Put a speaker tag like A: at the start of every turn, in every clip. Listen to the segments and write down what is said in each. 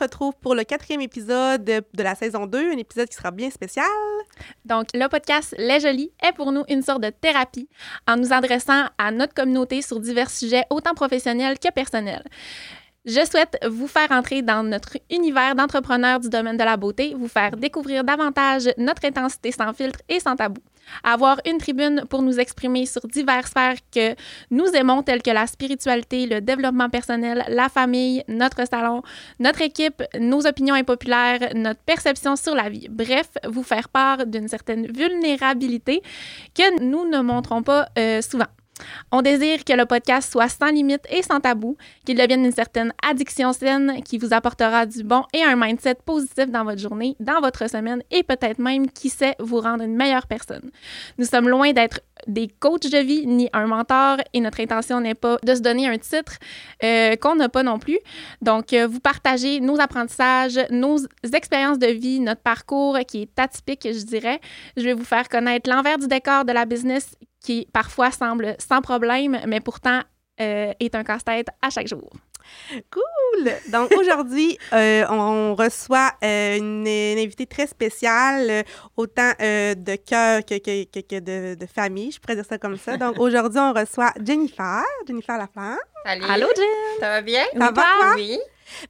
A: retrouve pour le quatrième épisode de de la saison 2, un épisode qui sera bien spécial.
B: Donc, le podcast Les Jolies est pour nous une sorte de thérapie en nous adressant à notre communauté sur divers sujets, autant professionnels que personnels. Je souhaite vous faire entrer dans notre univers d'entrepreneurs du domaine de la beauté, vous faire découvrir davantage notre intensité sans filtre et sans tabou, avoir une tribune pour nous exprimer sur diverses sphères que nous aimons, telles que la spiritualité, le développement personnel, la famille, notre salon, notre équipe, nos opinions impopulaires, notre perception sur la vie. Bref, vous faire part d'une certaine vulnérabilité que nous ne montrons pas euh, souvent. On désire que le podcast soit sans limite et sans tabou, qu'il devienne une certaine addiction saine qui vous apportera du bon et un mindset positif dans votre journée, dans votre semaine et peut-être même, qui sait, vous rendre une meilleure personne. Nous sommes loin d'être des coachs de vie ni un mentor et notre intention n'est pas de se donner un titre euh, qu'on n'a pas non plus. Donc, euh, vous partagez nos apprentissages, nos expériences de vie, notre parcours qui est atypique, je dirais. Je vais vous faire connaître l'envers du décor de la business qui parfois semble sans problème, mais pourtant euh, est un casse-tête à chaque jour.
A: Cool! Donc aujourd'hui, euh, on reçoit euh, une, une invitée très spéciale, euh, autant euh, de cœur que, que- que- que de, de famille, je pourrais dire ça comme ça. Donc aujourd'hui, on reçoit Jennifer, Jennifer Laflamme.
C: Salut.
B: Allô, Jen?
C: Ça va bien?
A: Ça va, toi?
C: Oui.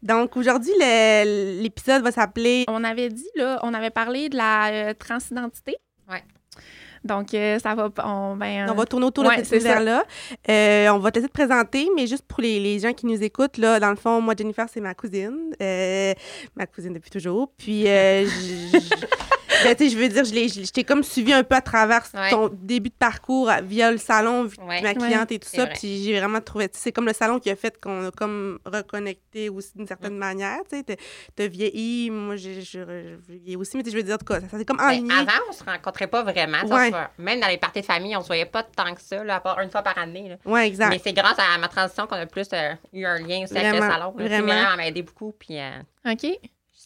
A: Donc aujourd'hui, le- l'épisode va s'appeler
B: On avait dit, là, on avait parlé de la euh, transidentité.
C: Ouais.
B: Donc, euh, ça va. On, ben,
C: Hein?
A: On va tourner autour
B: Ouais,
A: de cet
B: c'est ça.
A: univers-là. Euh, on va te laisser te présenter, mais juste pour les, les gens qui nous écoutent, là, dans le fond, moi, Jennifer, c'est ma cousine. euh, ma cousine depuis toujours. Puis, euh, je- je- ben, tu sais, je veux dire, je l'ai- je je t'ai comme suivi un peu à travers
C: Ouais.
A: ton début de parcours euh, via le salon, vu
C: Ouais.
B: Ben,
A: ma cliente et tout
C: c'est
A: ça.
C: vrai.
A: Puis, j'ai vraiment trouvé... tu sais, C'est comme le salon qui a fait qu'on a comme reconnecté aussi d'une
C: Mm.
A: certaine manière. Tu sais, T'as- t'as vieilli, moi, j'ai j'ai- j'ai vieilli aussi. Mais tu sais, je veux dire, en tout cas, ça, ça s'est comme
C: Ben,
A: enligné.
C: avant, on se rencontrait pas vraiment. ça,
A: Ouais.
C: se voit. Même dans les parties de famille, on se voyait pas tant que ça, là, à part une fois par année. là.
A: Ouais, exact.
C: Mais c'est grâce à ma transition qu'on a plus euh, eu un lien aussi avec le
A: Vraiment,
C: salon. là. Puis
A: vraiment.
C: Vraiment, elle m'a aidé beaucoup. Puis, euh,
B: OK.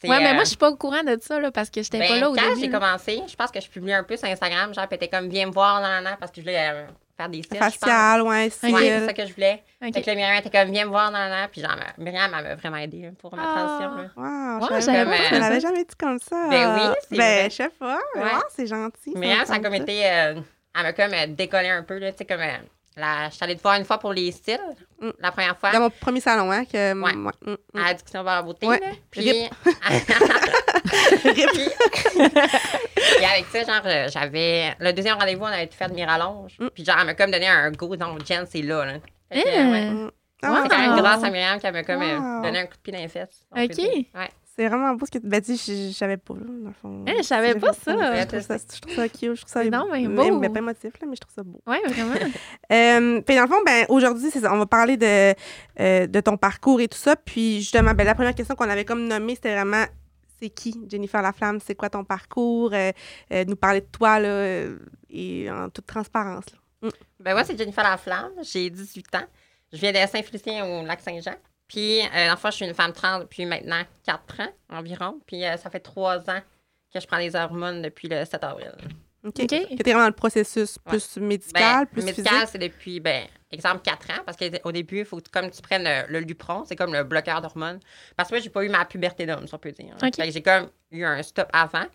B: Ouais,
C: c'est,
B: mais
C: euh,
B: moi, je suis pas au courant de ça, là, parce que j'étais
C: ben,
B: pas là au
C: quand
B: début.
C: j'ai
B: là.
C: commencé, je pense que je publiais un peu sur Instagram. Genre, puis elle était comme, viens me voir, nan, nan, nan, parce que je voulais euh, faire des sites. Facial.
A: Facial, ouais,
C: Ouais,
A: cils.
C: c'est ça que je voulais.
B: OK.
C: Fait que là, Myriam était comme, viens me voir, nan, nan, nan. Puis genre, Myriam, elle m'a vraiment aidé là, pour ma
B: Ah.
C: transition. là.
A: Wow, je
B: Ouais, j'avais
A: savais
C: pas
A: pas,
C: fait
A: je me
B: ça.
A: l'avais jamais dit comme ça.
C: Ben oui, c'est
A: Ben,
C: vrai.
A: je sais pas.
C: Ouais.
A: Wow, c'est gentil.
C: Mais elle, ça a
A: me
C: comme
A: tente.
C: été. euh, elle m'a comme euh, décollé un peu, là. Tu sais, comme. euh, la, je suis allée te voir une fois pour les styles,
A: Mm.
C: la première fois,
A: Dans mon premier salon, hein, que...
C: Ouais.
A: moi, mm, mm.
C: à la discussion vers la beauté.
A: Ouais.
C: Là. Puis.
A: Rip. Rip.
C: Et avec ça, genre, euh, j'avais. Le deuxième rendez-vous, on avait tout fait de Miralonge.
A: Mm.
C: Puis, genre, elle m'a comme donné un go. Donc, Jen, c'est là, là. Fait que,
B: Hein?
C: euh, ouais.
A: Ah,
B: Ouais.
C: C'est quand même
B: Wow.
C: grâce à Myriam qu'elle m'a comme euh,
A: Wow.
C: donné un coup de pied dans les fesses. on
B: Ok.
C: peut dire. Ouais.
A: C'est vraiment beau ce que tu... Ben, tu sais, je- je savais pas, là, dans le fond.
B: Hein, je savais
A: C'est
B: pas
A: vraiment
B: ça.
A: beau. Je trouve ça, je trouve ça cute, je trouve ça...
B: C'est donc bien
A: Mais-
B: beau.
A: Mais pas émotif, là, mais je trouve ça beau.
B: Ouais, vraiment.
A: Euh, puis dans le fond, ben, aujourd'hui, c'est ça, on va parler de, euh, de ton parcours et tout ça. Puis justement, ben, la première question qu'on avait comme nommée, c'était vraiment c'est qui Jennifer Laflamme, c'est quoi ton parcours, Euh, euh, nous parler de toi là, euh, et en toute transparence. là.
C: Ben moi, c'est Jennifer Laflamme. J'ai 18 ans. Je viens de Saint-Félicien au Lac-Saint-Jean. Puis, euh, dans le fond, je suis une femme trans depuis maintenant 4 ans environ. Puis, euh, ça fait 3 ans que je prends des hormones depuis le 7 avril.
A: OK. Que
B: OK.
A: t'es vraiment dans le processus plus médical,
C: Ben,
A: plus
C: médical,
A: physique.
C: c'est depuis, ben, exemple, 4 ans. Parce qu'au début, il faut que, comme tu prennes euh, le, Lupron, c'est comme le bloqueur d'hormones. Parce que moi, j'ai pas eu ma puberté d'homme, si on peut dire. hein.
B: Ok.
C: Fait que j'ai comme eu un stop avant.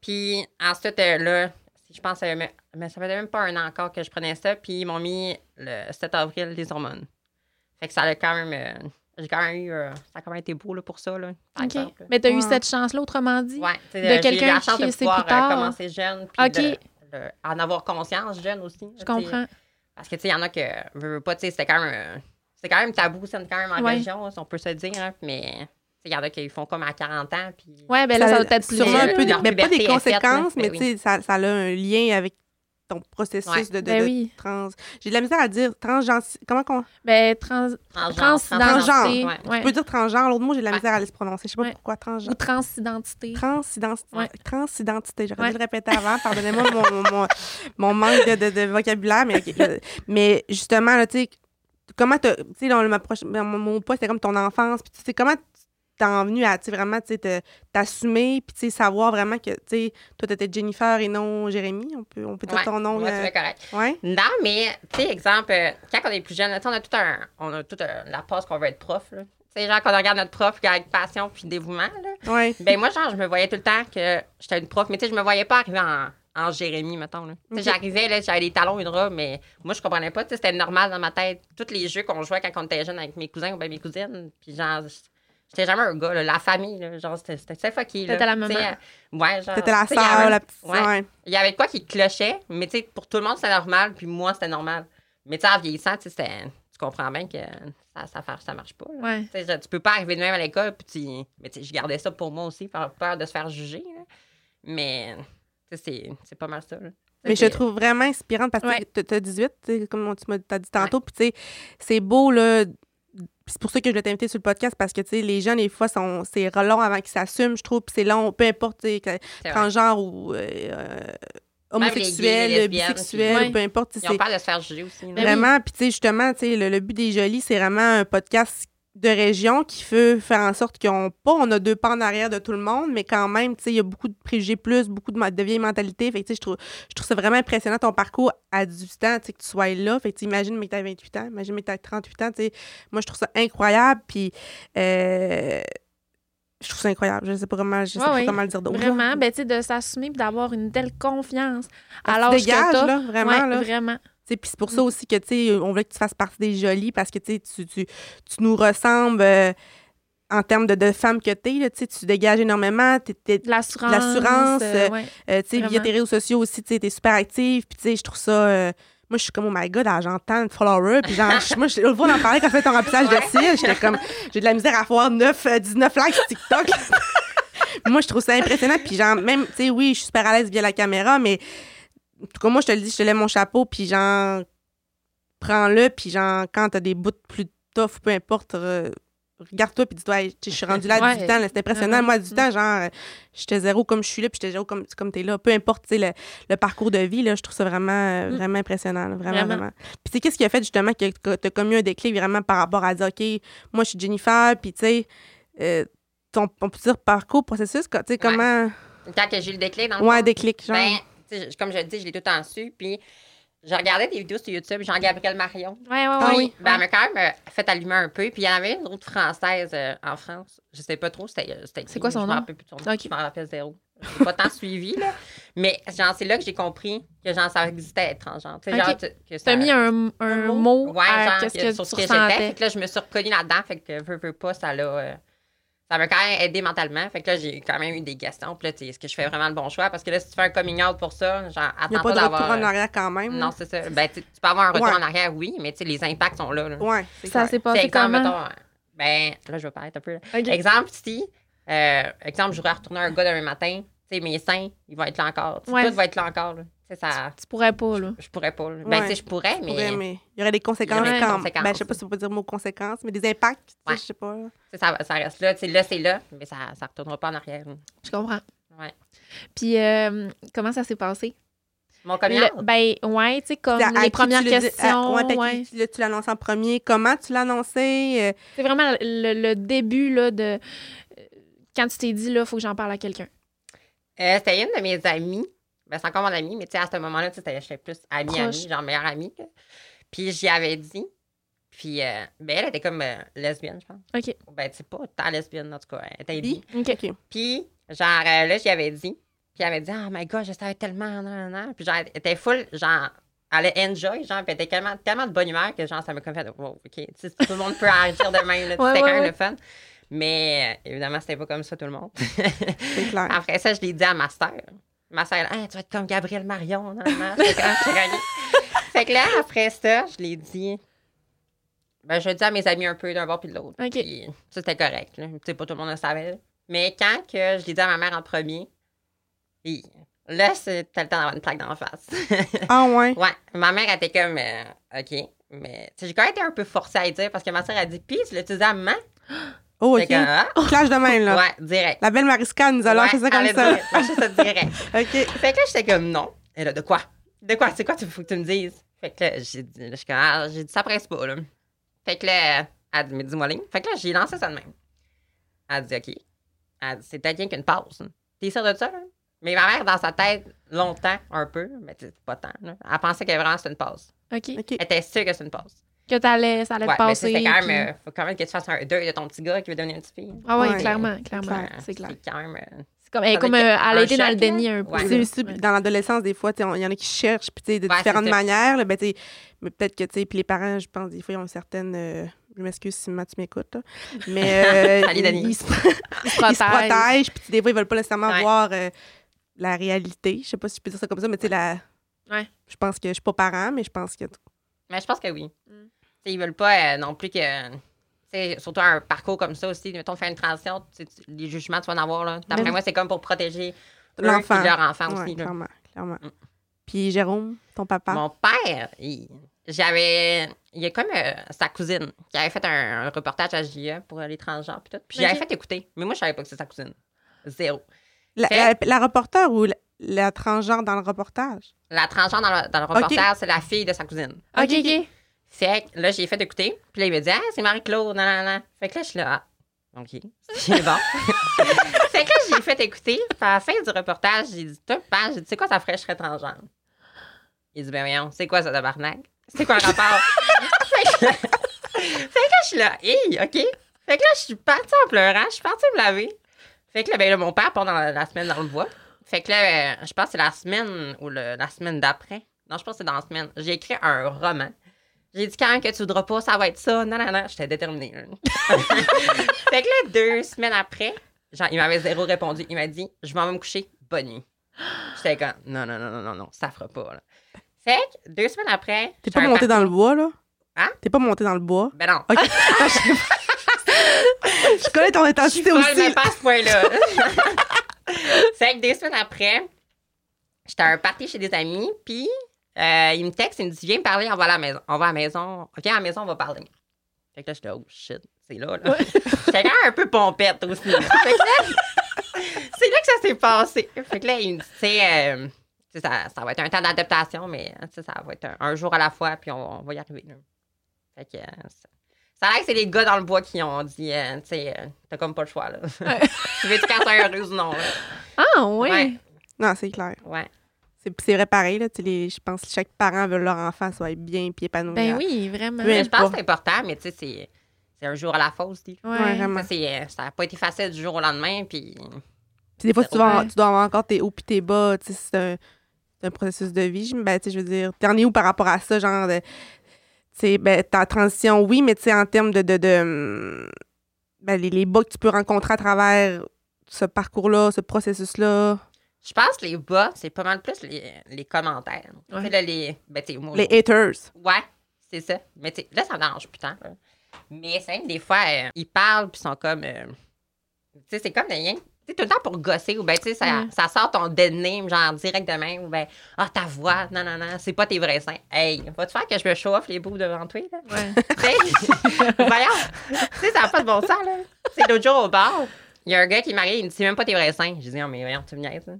C: Puis, ensuite, euh, là, je pense, euh, mais, mais ça faisait même pas un an encore que je prenais ça. Puis, ils m'ont mis le 7 avril les hormones. Fait que ça a quand même. euh, j'ai quand même eu. euh, ça a quand même été beau là, pour ça, là, par
B: OK.
C: exemple.
B: Mais t'as eu
A: Ouais.
B: cette chance-là, autrement dit.
C: Ouais, tu sais,
B: De
C: euh, j'ai eu
B: quelqu'un
C: la chance
B: qui
C: de
B: s'est
C: pouvoir
B: plus tard.
C: euh, commencer jeune, puis
B: Ok.
C: de- de- en avoir conscience jeune aussi. là, tu
B: Je
C: sais.
B: comprends.
C: Parce que, tu sais, il y en a que, veux, veux pas, tu sais, c'était quand même, euh, c'était quand même tabou, c'est quand même en
B: Ouais.
C: région, si on peut se dire, hein, mais, tu sais, il y en a qui font comme à 40 ans, puis...
B: Ouais, ben là, ça, doit être plus
A: sûrement
B: laid,
A: un peu,
B: là.
A: des,
C: Leur
A: ben, pas
C: puberté
A: des
C: est faite, là.
A: conséquences, mais
C: Ben oui.
A: tu sais, ça, ça a un lien avec ton processus
C: Ouais.
A: de, de-
B: Ben
A: de
B: oui.
A: trans. J'ai de la misère à dire transgenre. Comment qu'on
B: Ben, trans...
C: Transgenre,
B: transidentité.
C: transgenre,
B: ouais.
A: on peut dire transgenre? L'autre mot, j'ai de la
C: Ouais.
A: misère à le se prononcer. Je sais pas
B: Ouais.
A: pourquoi transgenre.
B: Ou transidentité.
A: Transidentité.
B: Ouais.
A: Transidentité. J'aurais
B: Ouais.
A: dû le répéter avant. Pardonnez-moi mon, mon- mon- mon manque de, de- de vocabulaire, mais, euh, mais justement, là, tu sais, comment t'as- tu sais, dans le- ma proche- mon, mon poids, c'était comme ton enfance, puis tu sais, comment t'es en venu à, tu sais, vraiment, tu sais, te- t'assumer, puis tu sais, savoir vraiment que, tu sais, toi, t'étais Jennifer et non Jérémy, on peut, on peut dire
C: Ouais,
A: ton nom.
C: ouais,
A: euh,
C: c'est correct.
A: ouais.
C: Non, mais, tu sais, exemple, euh, quand on est plus jeune, là, tu sais, on a tout un, on a toute la passe qu'on veut être prof, là. Tu sais, C'est genre qu'on regarde notre prof avec passion puis dévouement, là.
A: Ouais.
C: Ben moi, genre, je me voyais tout le temps que j'étais une prof, mais tu sais, je me voyais pas arriver en, en Jérémy, mettons. Là. Tu sais,
A: Ok.
C: J'arrivais, là, j'avais des talons, une robe, mais moi, je comprenais pas. tu sais, C'était normal dans ma tête. Tous les jeux qu'on jouait quand on était jeune avec mes cousins ou ben mes cousines, puis genre, j'étais jamais un gars, là, la famille, là, genre, c'était- c'était c'était fucké. là.
B: T'étais la
C: Tu sais,
B: maman.
C: euh, Ouais, genre.
A: T'étais la
C: tu sais, il y avait
A: sœur,
C: un-
A: la petite.
C: Ouais.
A: Ouais.
C: Il y avait de quoi qui clochait, mais tu sais, pour tout le monde, c'était normal, puis moi, c'était normal. Mais tu sais, en vieillissant, tu sais, c'était- tu comprends bien que ça, ça, marche- ça marche pas. là.
B: Ouais.
C: Tu sais, je- tu peux pas arriver de même à l'école, puis tu- mais tu sais, je gardais ça pour moi aussi, par peur de se faire juger. là. Mais tu sais, c'est c'est pas mal ça. là. Tu sais,
A: Mais je
C: c'est-
A: te trouve vraiment inspirante parce
B: Ouais.
A: que tu as 18, tu sais, comme tu m'as t'as dit tantôt. Puis, tu sais, c'est beau, là. C'est pour ça que je vais t'inviter sur le podcast parce que, tu sais, les gens, des fois, sont, c'est long avant qu'ils s'assument, je trouve. Puis c'est long, peu importe, tu sais, que-
C: C'est vrai.
A: transgenre ou euh, euh, homosexuel,
C: les gays, les lesbiennes,
A: bisexuel,
B: puis- Ouais.
A: peu importe. tu sais,
C: Ils ont peur de se faire juger aussi. là.
B: Ben oui.
A: Vraiment, puis tu sais, justement, tu sais, le, le but des Jolies, c'est vraiment un podcast de région qui veut faire en sorte qu'on pas on a deux pas en arrière de tout le monde mais quand même tu sais il y a beaucoup de préjugés plus beaucoup de, ma- de vieilles mentalités fait que tu sais je trouve je trouve ça vraiment impressionnant ton parcours à 18 ans tu sais que tu sois là fait que tu imagines mais que t'as 28 ans imagine mais que t'as 38 ans tu sais moi je trouve ça incroyable puis euh, je trouve ça incroyable je sais pas comment je sais
B: Ouais,
A: pas
B: ouais.
A: comment le dire d'autre
B: Vraiment, ben, tu sais, de s'assumer et d'avoir une telle confiance.
A: alors
B: Alors,
A: Ah, tu dégages là vraiment
B: Ouais,
A: là
B: vraiment.
A: Tu sais, Puis c'est pour ça aussi que, tu sais, on veut que tu fasses partie des jolies parce que, tu sais, tu, tu, tu nous ressembles euh, en termes de, de femme que t'es, là, tu sais, tu dégages énormément, t'es- t'es-
B: De L'assurance.
A: L'assurance, euh,
B: ouais.
A: euh, tu sais, via
B: Vraiment.
A: tes réseaux sociaux aussi, tu sais, t'es super active, puis tu sais, je trouve ça... euh, moi, je suis comme, oh my god, ah, j'entends le follower. Puis, genre, je- moi, je- l'autre fois, on en parlait quand on fait ton remplissage de cils. J'étais comme, j'ai de la misère à avoir 9, euh, 19 likes sur TikTok. moi, je trouve ça impressionnant. Puis, genre, même, tu sais, oui, je suis super à l'aise via la caméra, mais en tout cas, moi, je te le dis, je te lève mon chapeau, puis genre, prends-le, puis genre, quand t'as des bouts plus tough, peu importe, re- regarde-toi, puis dis-toi, Hey, tu sais, je suis rendue là à
B: Ouais.
A: 18 ans, là, c'est impressionnant.
B: Mhm.
A: Moi, à 18 ans, genre, euh, j'étais zéro comme je suis là, puis j'étais zéro comme, comme t'es là. Peu importe, tu sais, le, le parcours de vie, là, je trouve ça vraiment, euh,
B: Mm.
A: vraiment impressionnant, là, vraiment,
B: Vraiment.
A: vraiment. Puis, tu sais, qu'est-ce qui a fait, justement, que que t'as commis un déclic vraiment par rapport à dire, OK, moi, je suis Jennifer, puis tu sais, euh, ton, on peut dire parcours, processus, co- tu sais, comment...
C: Quand que j'ai eu le déclic dans le
A: Ouais,
C: fond,
A: déclic, genre.
C: ben, tu sais, je- comme je le dis, je l'ai tout en su. Puis je regardais des vidéos sur YouTube, Jean-Gabriel Marion.
B: Ouais, ouais,
A: Ah
B: ouais.
A: oui.
C: Ben, elle m'a quand même euh, fait allumer un peu. Puis il y en avait une autre française euh, en France. Je sais pas trop c'était. euh, c'était
B: C'est
C: qui,
B: quoi son
C: je
B: nom?
C: Je rappelle plus de son nom.
B: Ok.
C: Je m'en rappelle zéro. Je pas tant suivi, là. Mais genre, c'est là que j'ai compris que genre, ça existait être transgenre. Tu sais,
B: Ok.
C: genre, tu- que
B: T'as
C: ça-
B: mis un, un
A: un mot.
B: mot
C: Ouais,
B: à
C: genre,
B: qu'est-ce
C: que-
B: que
C: sur ce
B: tu
C: que j'étais. Fait
B: ressentais.
C: que là, je me suis reconnue là-dedans. Fait que, veux, veux pas, ça l'a. euh, ça m'a quand même aidé mentalement. Fait que là, j'ai quand même eu des questions. Puis là, tu sais, est-ce que je fais vraiment le bon choix? Parce que là, si tu fais un coming out pour ça, genre,
A: Il n'y a pas
C: attends pas
A: de retour
C: d'avoir. euh,
A: en arrière quand même.
C: Non, c'est ça. Ben, tu tu peux avoir un retour
A: Ouais.
C: en arrière, oui, mais tu sais, les impacts sont là. là.
A: Ouais, c'est
B: Ça
A: clair.
B: s'est
C: C'est
B: passé
C: exemple,
B: comment?
C: mettons, euh, ben, là, je vais paraître un peu. là.
B: Ok.
C: Exemple, si, euh, exemple, je voudrais retourner un gars demain matin, tu sais, mes seins, ils vont être là encore. Tu sais,
B: Ouais.
C: Tout va être là encore. là. Tu sais, ça,
B: Tu pourrais pas, là.
C: je pourrais pas. là.
A: Ouais.
C: Ben, tu sais, je pourrais, mais
A: Ouais,
C: tu
A: mais il y aurait des conséquences
C: des
A: quand
C: conséquences.
A: Ben, je sais pas si on peut dire mot conséquences, mais des impacts, tu sais,
C: Ouais.
A: je sais pas.
C: sais, ça, ça reste là. Tu sais, là, c'est là, mais ça ne retournera pas en arrière. là.
B: Je comprends.
C: Ouais.
B: Puis, euh, comment ça s'est passé?
C: Mon coming
B: Le-
C: out,
B: ben, ouais, tu sais, comme
A: À- à
B: les
A: qui
B: premières
A: tu le dis- à-
B: questions.
A: ouais, puis à qui
B: ouais.
A: tu le- tu l'annonces en premier, comment tu l'annonçais, euh,
B: C'est vraiment le, le début, là, de. euh, Quand tu t'es dit, là, faut que j'en parle à quelqu'un.
C: euh, c'était une de mes amies. Ben, c'est encore mon amie, mais tu sais, à ce moment-là, tu sais, c'était- j'étais plus amie,
B: Proche.
C: amie, genre meilleure amie. là. Puis j'y avais dit. Puis, euh, ben, elle était comme euh, lesbienne, je pense.
B: OK.
C: Ben, tu sais, pas tant lesbienne, en tout cas. Elle était bi.
A: Bi.
B: OK.
A: OK.
C: Puis, genre, euh, là, j'y avais dit. Puis, elle avait dit, oh my god, je savais tellement. Nan, nan, nan. Puis, genre, elle était full, genre, elle a enjoy, genre, puis elle était tellement, tellement de bonne humeur que, genre, ça m'a comme fait, wow, OK, tu sais, tout le monde peut agir de même, là,
B: Ouais,
C: c'était
B: ouais,
C: quand même
B: ouais.
C: le fun. Mais, euh, évidemment, c'était pas comme ça, tout le monde.
A: c'est clair.
B: Ah.
C: Après ça, je l'ai dit à ma sœur. Ma sœur, Hey, tu vas être comme Gabrielle Marion. Nan, nan. J'étais comme, Ah, je suis gagnée. fait que là, après ça, je l'ai dit. Ben, je l'ai dit à mes amis un peu d'un bord puis de l'autre.
B: Ok.
C: Puis ça, c'était correct. là. Tu sais, pas tout le monde le savait. Mais quand que je l'ai dit à ma mère en premier, et là, c'était le temps d'avoir une plaque d'en face.
A: Ah ouais.
C: ouais, ma mère, elle était comme, euh, OK. Mais tu sais, j'ai quand même été un peu forcée à le dire parce que ma sœur, elle dit, Pis, tu l'as dit à maman.
A: Oh, OK.
C: J'étais comme, Ah,
A: Clash de même, là.
C: ouais, direct.
A: La belle Mariska nous a
C: Ouais,
A: lancé ça comme
C: elle
A: ça.
C: a dit- lâché ça direct.
A: OK.
C: Fait que là, j'étais comme non. Et là, de quoi? De quoi? C'est quoi tu faut que tu me dises? Fait que là, j'ai dit, là, je suis comme, ah, j'ai dit, ça presse pas, là. Fait que là, elle dit, mais dis-moi ligne. Fait que là, j'ai lancé ça de même. Elle dit, OK. Elle dit, c'est peut-être rien qu'une pause. T'es sûre de ça, là? Mais ma mère, dans sa tête, longtemps, un peu, mais tu sais, pas tant, là, elle pensait que vraiment c'était une pause.
B: OK.
A: OK.
C: Elle était sûre que c'est une pause.
B: que t'allais, ça allait
C: Ouais,
B: te
C: mais
B: passer.
C: c'est quand
B: puis-
C: même. euh, faut quand même que tu fasses un deuil de ton petit gars qui veut devenir une petite fille.
B: Ah oui,
A: Ouais.
B: clairement, clairement. C'est clair.
C: C'est quand même. euh,
B: C'est comme, elle, est
C: Ça
B: comme
C: doit
B: euh,
C: être
B: elle a
C: un
B: été dans le
C: choc,
B: déni un peu.
C: Ouais.
A: Puis
B: là.
A: C'est aussi,
B: Ouais.
A: dans l'adolescence, des fois, tu sais, on- il y en a qui cherchent, puis tu sais, de
C: Ouais, c'est
A: différentes
C: ça.
A: manières. là, ben, tu sais, mais peut-être que, tu sais, puis les parents, je pense, des fois, ils ont certaines. euh, je m'excuse si Matt, tu m'écoutes. là. Mais. euh,
C: Salut, Dani.
A: Ils, se,
B: Ils se
A: ils se
B: protègent.
A: protègent, puis tu sais, des fois, ils veulent pas nécessairement
C: Ouais.
A: voir euh, la réalité. Je sais pas si je peux dire ça comme ça, mais tu sais, la.
B: Ouais.
A: Je pense que je suis pas parent, mais je pense que.
C: Mais je pense que oui.
B: Mm.
C: Tu sais, ils veulent pas euh, non plus que. tu sais, Surtout un parcours comme ça aussi, mettons, faire une transition, tu sais, tu- les jugements, tu vas en avoir. là. D'après
A: Ben-
C: moi, c'est comme pour protéger eux
A: L'enfant.
C: puis leur enfant
A: Ouais,
C: aussi. là.
A: clairement, clairement.
C: Mm.
A: Puis Jérôme, ton papa.
C: Mon père, il- j'avais. Il y a comme euh, sa cousine qui avait fait un, un reportage à JE pour euh, les transgenres puis tout. Puis j'avais
B: Ok.
C: fait écouter. Mais moi, je savais pas que c'était sa cousine. Zéro.
A: La,
C: fait-
A: la- la reporter ou la, la transgenre dans le reportage?
C: La transgenre dans le, dans le
A: Ok.
C: reportage, c'est la fille de sa cousine.
B: Ok, ok.
C: Fait que là, j'ai fait écouter. Puis là, il m'a dit, ah, c'est Marie-Claude, nan, nan, nan. Fait que là, je suis là, ah, OK, c'est bon. fait que là, j'ai fait écouter. Puis à la fin du reportage, j'ai dit, top, ben, j'ai dit, c'est quoi ça ferait, que je serais transgenre? Il dit, ben voyons, c'est quoi ça, tabarnak? C'est quoi le rapport? fait que là, fait que là, je suis là, hey, OK. Fait que là, je suis partie en pleurant, je suis partie me laver. Fait que là, ben là, mon père part dans la, la semaine dans le bois. Fait que là, euh, je pense que c'est la semaine ou le- la semaine d'après. Non, je pense que c'est dans la semaine. J'ai écrit un roman. J'ai dit quand que tu voudras pas, ça va être ça. Non, non, non, j'étais déterminée. là. fait que là, deux semaines après, genre, il m'avait zéro répondu. Il m'a dit Je m'en vais me coucher, bonne nuit. J'étais comme Non, non, non, non, non, non, ça fera pas. là. Fait que deux semaines après.
A: T'es
C: j'ai
A: pas
C: un
A: monté
C: par-
A: dans le bois, là?
C: Hein?
A: T'es pas monté dans le bois?
C: Ben non.
A: OK. je connais ton intensité
C: Paul
A: aussi.
C: me pas à ce point-là. fait que deux semaines après, j'étais à un party chez des amis, puis euh, il me texte, il me dit Viens me parler, on va à la maison. On va à la maison, viens à la maison, on va parler. Fait que là, j'étais Oh shit, c'est là. là. j'étais quand même un peu pompette aussi. là. Fait que là, c'est là que ça s'est passé. Fait que là, il me dit Tu sais, euh, tu sais, ça, ça va être un temps d'adaptation, mais hein, tu sais, ça va être un, un jour à la fois, puis on, on va y arriver. là. Fait que. euh, ça- ça a l'air que c'est les gars dans le bois qui ont dit, euh, tu sais, euh, t'as comme pas le choix, là. tu veux-tu qu'elle soit heureuse ou non, là?
B: Ah, ouais.
C: Ouais.
A: Non, c'est clair.
C: Ouais.
A: C'est c'est vrai pareil, là. tu sais, les- je pense que chaque parent veut que leur enfant soit bien puis épanoui.
B: Ben
A: là.
B: oui, vraiment.
A: Oui.
B: Ouais.
C: Mais je pense
A: pas.
C: que c'est important, mais tu sais, c'est, c'est un jour à la fois aussi.
A: Ouais, vraiment.
C: Ça, c'est, euh, ça n'a pas été facile du jour au lendemain, puis
A: Puis des fois, tu, vas-
B: Ouais.
A: tu dois avoir encore tes hauts puis tes bas. tu sais, C'est un, c'est un processus de vie. j'im- Ben, tu sais, je veux dire, t'en es où par rapport à ça? Genre, de- tu sais, ben, ta transition, oui, mais tu sais, en termes de, de, de, hum, ben, les, les bas que tu peux rencontrer à travers ce parcours-là, ce processus-là,
C: je pense que les bas, c'est pas mal plus les, les commentaires. Tu sais,
B: Ouais.
C: là, les... Ben, tu sais, moi,
A: les haters.
C: Ouais, c'est ça. Mais tu sais, là, ça me dérange putain. là. Mais c'est même des fois, euh, ils parlent puis sont comme. euh, tu sais, c'est comme de rien. Tu sais, tout le temps pour gosser ou ben tu sais, ça,
B: Ouais.
C: ça sort ton dénime, genre direct de même, ou ben ah, ta voix, non, non, non, c'est pas tes vrais seins. Hey, vas-tu faire que je me chauffe les bouts devant toi, là? Tu sais, voyons, tu sais, ça n'a pas de bon sens, là. Tu sais, l'autre jour au bar, il y a un gars qui est marié, il me dit, c'est même pas tes vrais seins. J'ai dit, non, mais voyons, tu me niaises, là.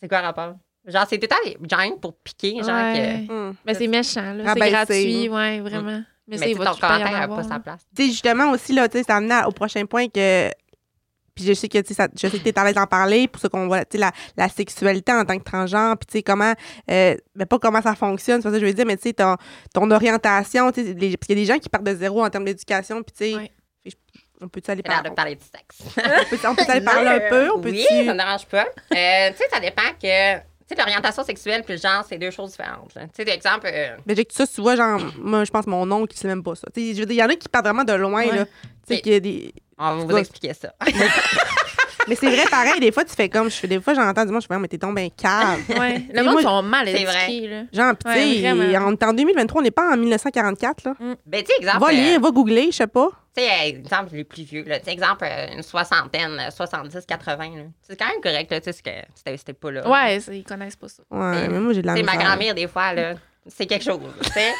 C: C'est quoi le rapport? Genre, c'est tout le temps les gens pour piquer, genre, que. Mm.
B: Ouais.
A: Hum.
B: Mais c'est méchant, là.
A: Ah,
B: c'est
A: ben,
B: gratuit,
A: c'est-
B: ouais, vraiment. Mais,
C: Mais
B: c'est
C: tu sais, ton
B: votre pas y en
C: commentaire n'a
B: avoir,
C: pas sa
B: là.
C: place.
A: tu sais, justement aussi, là, tu sais, ça amenait au prochain point que. Puis je sais que, tu sais, ça- je sais que t'es à l'aise d'en parler pour ça qu'on voit, tu sais, la, la sexualité en tant que transgenre, puis tu sais, comment, euh, ben, pas comment ça fonctionne, c'est pas ça que je veux dire, mais tu sais, ton, ton orientation, tu sais, les- parce qu'il y a des gens qui partent de zéro en termes d'éducation, puis tu sais,
B: Ouais.
A: puis je- on peut-tu aller
C: C'est l'heure
A: par
C: de parler du sexe.
A: on peut- on peut-tu aller parler un peu, on peut-tu...
C: Oui, ça ne dérange pas. Euh, tu sais, ça dépend que. Tu sais, l'orientation sexuelle puis le genre, c'est deux choses différentes. là. Tu sais, d'exemple, euh,
A: Ben, j'ai que ça, tu vois, genre, moi, je pense mon oncle, qui sait même pas ça. Tu sais, je veux dire, il y en a qui partent vraiment de loin,
B: Ouais.
A: là. Tu sais,
C: Mais-
A: qu'il y a des...
C: on va vous
A: dois-
C: expliquer ça.
A: Mais c'est vrai, pareil, des fois, tu fais comme, je fais, des fois, j'entends du monde, je fais, Ah, mais t'es donc ben calme.
B: Ouais. Le
A: moi,
B: monde sont mal
C: c'est vrai.
B: éduqués, là.
A: Genre, pis
B: Ouais,
A: tu sais,
B: vraiment. Mm.
A: on est en 2023, on n'est pas en 1944, là.
C: ben, tu sais, exemple.
A: Va lire,
C: euh,
A: va googler, je sais pas.
C: Tu sais, euh, exemple, les plus vieux, là. Tu sais, exemple, euh, une soixantaine, euh, 70, 80. là. C'est quand même correct, là. Tu sais, c'est que c'était c'était pas là.
B: Ouais, c'est- ils connaissent pas ça.
A: Ouais, mais moi, j'ai de la
C: Tu sais, Ben, ma
A: misère.
C: grand-mère, des fois, là. C'est quelque chose. tu sais.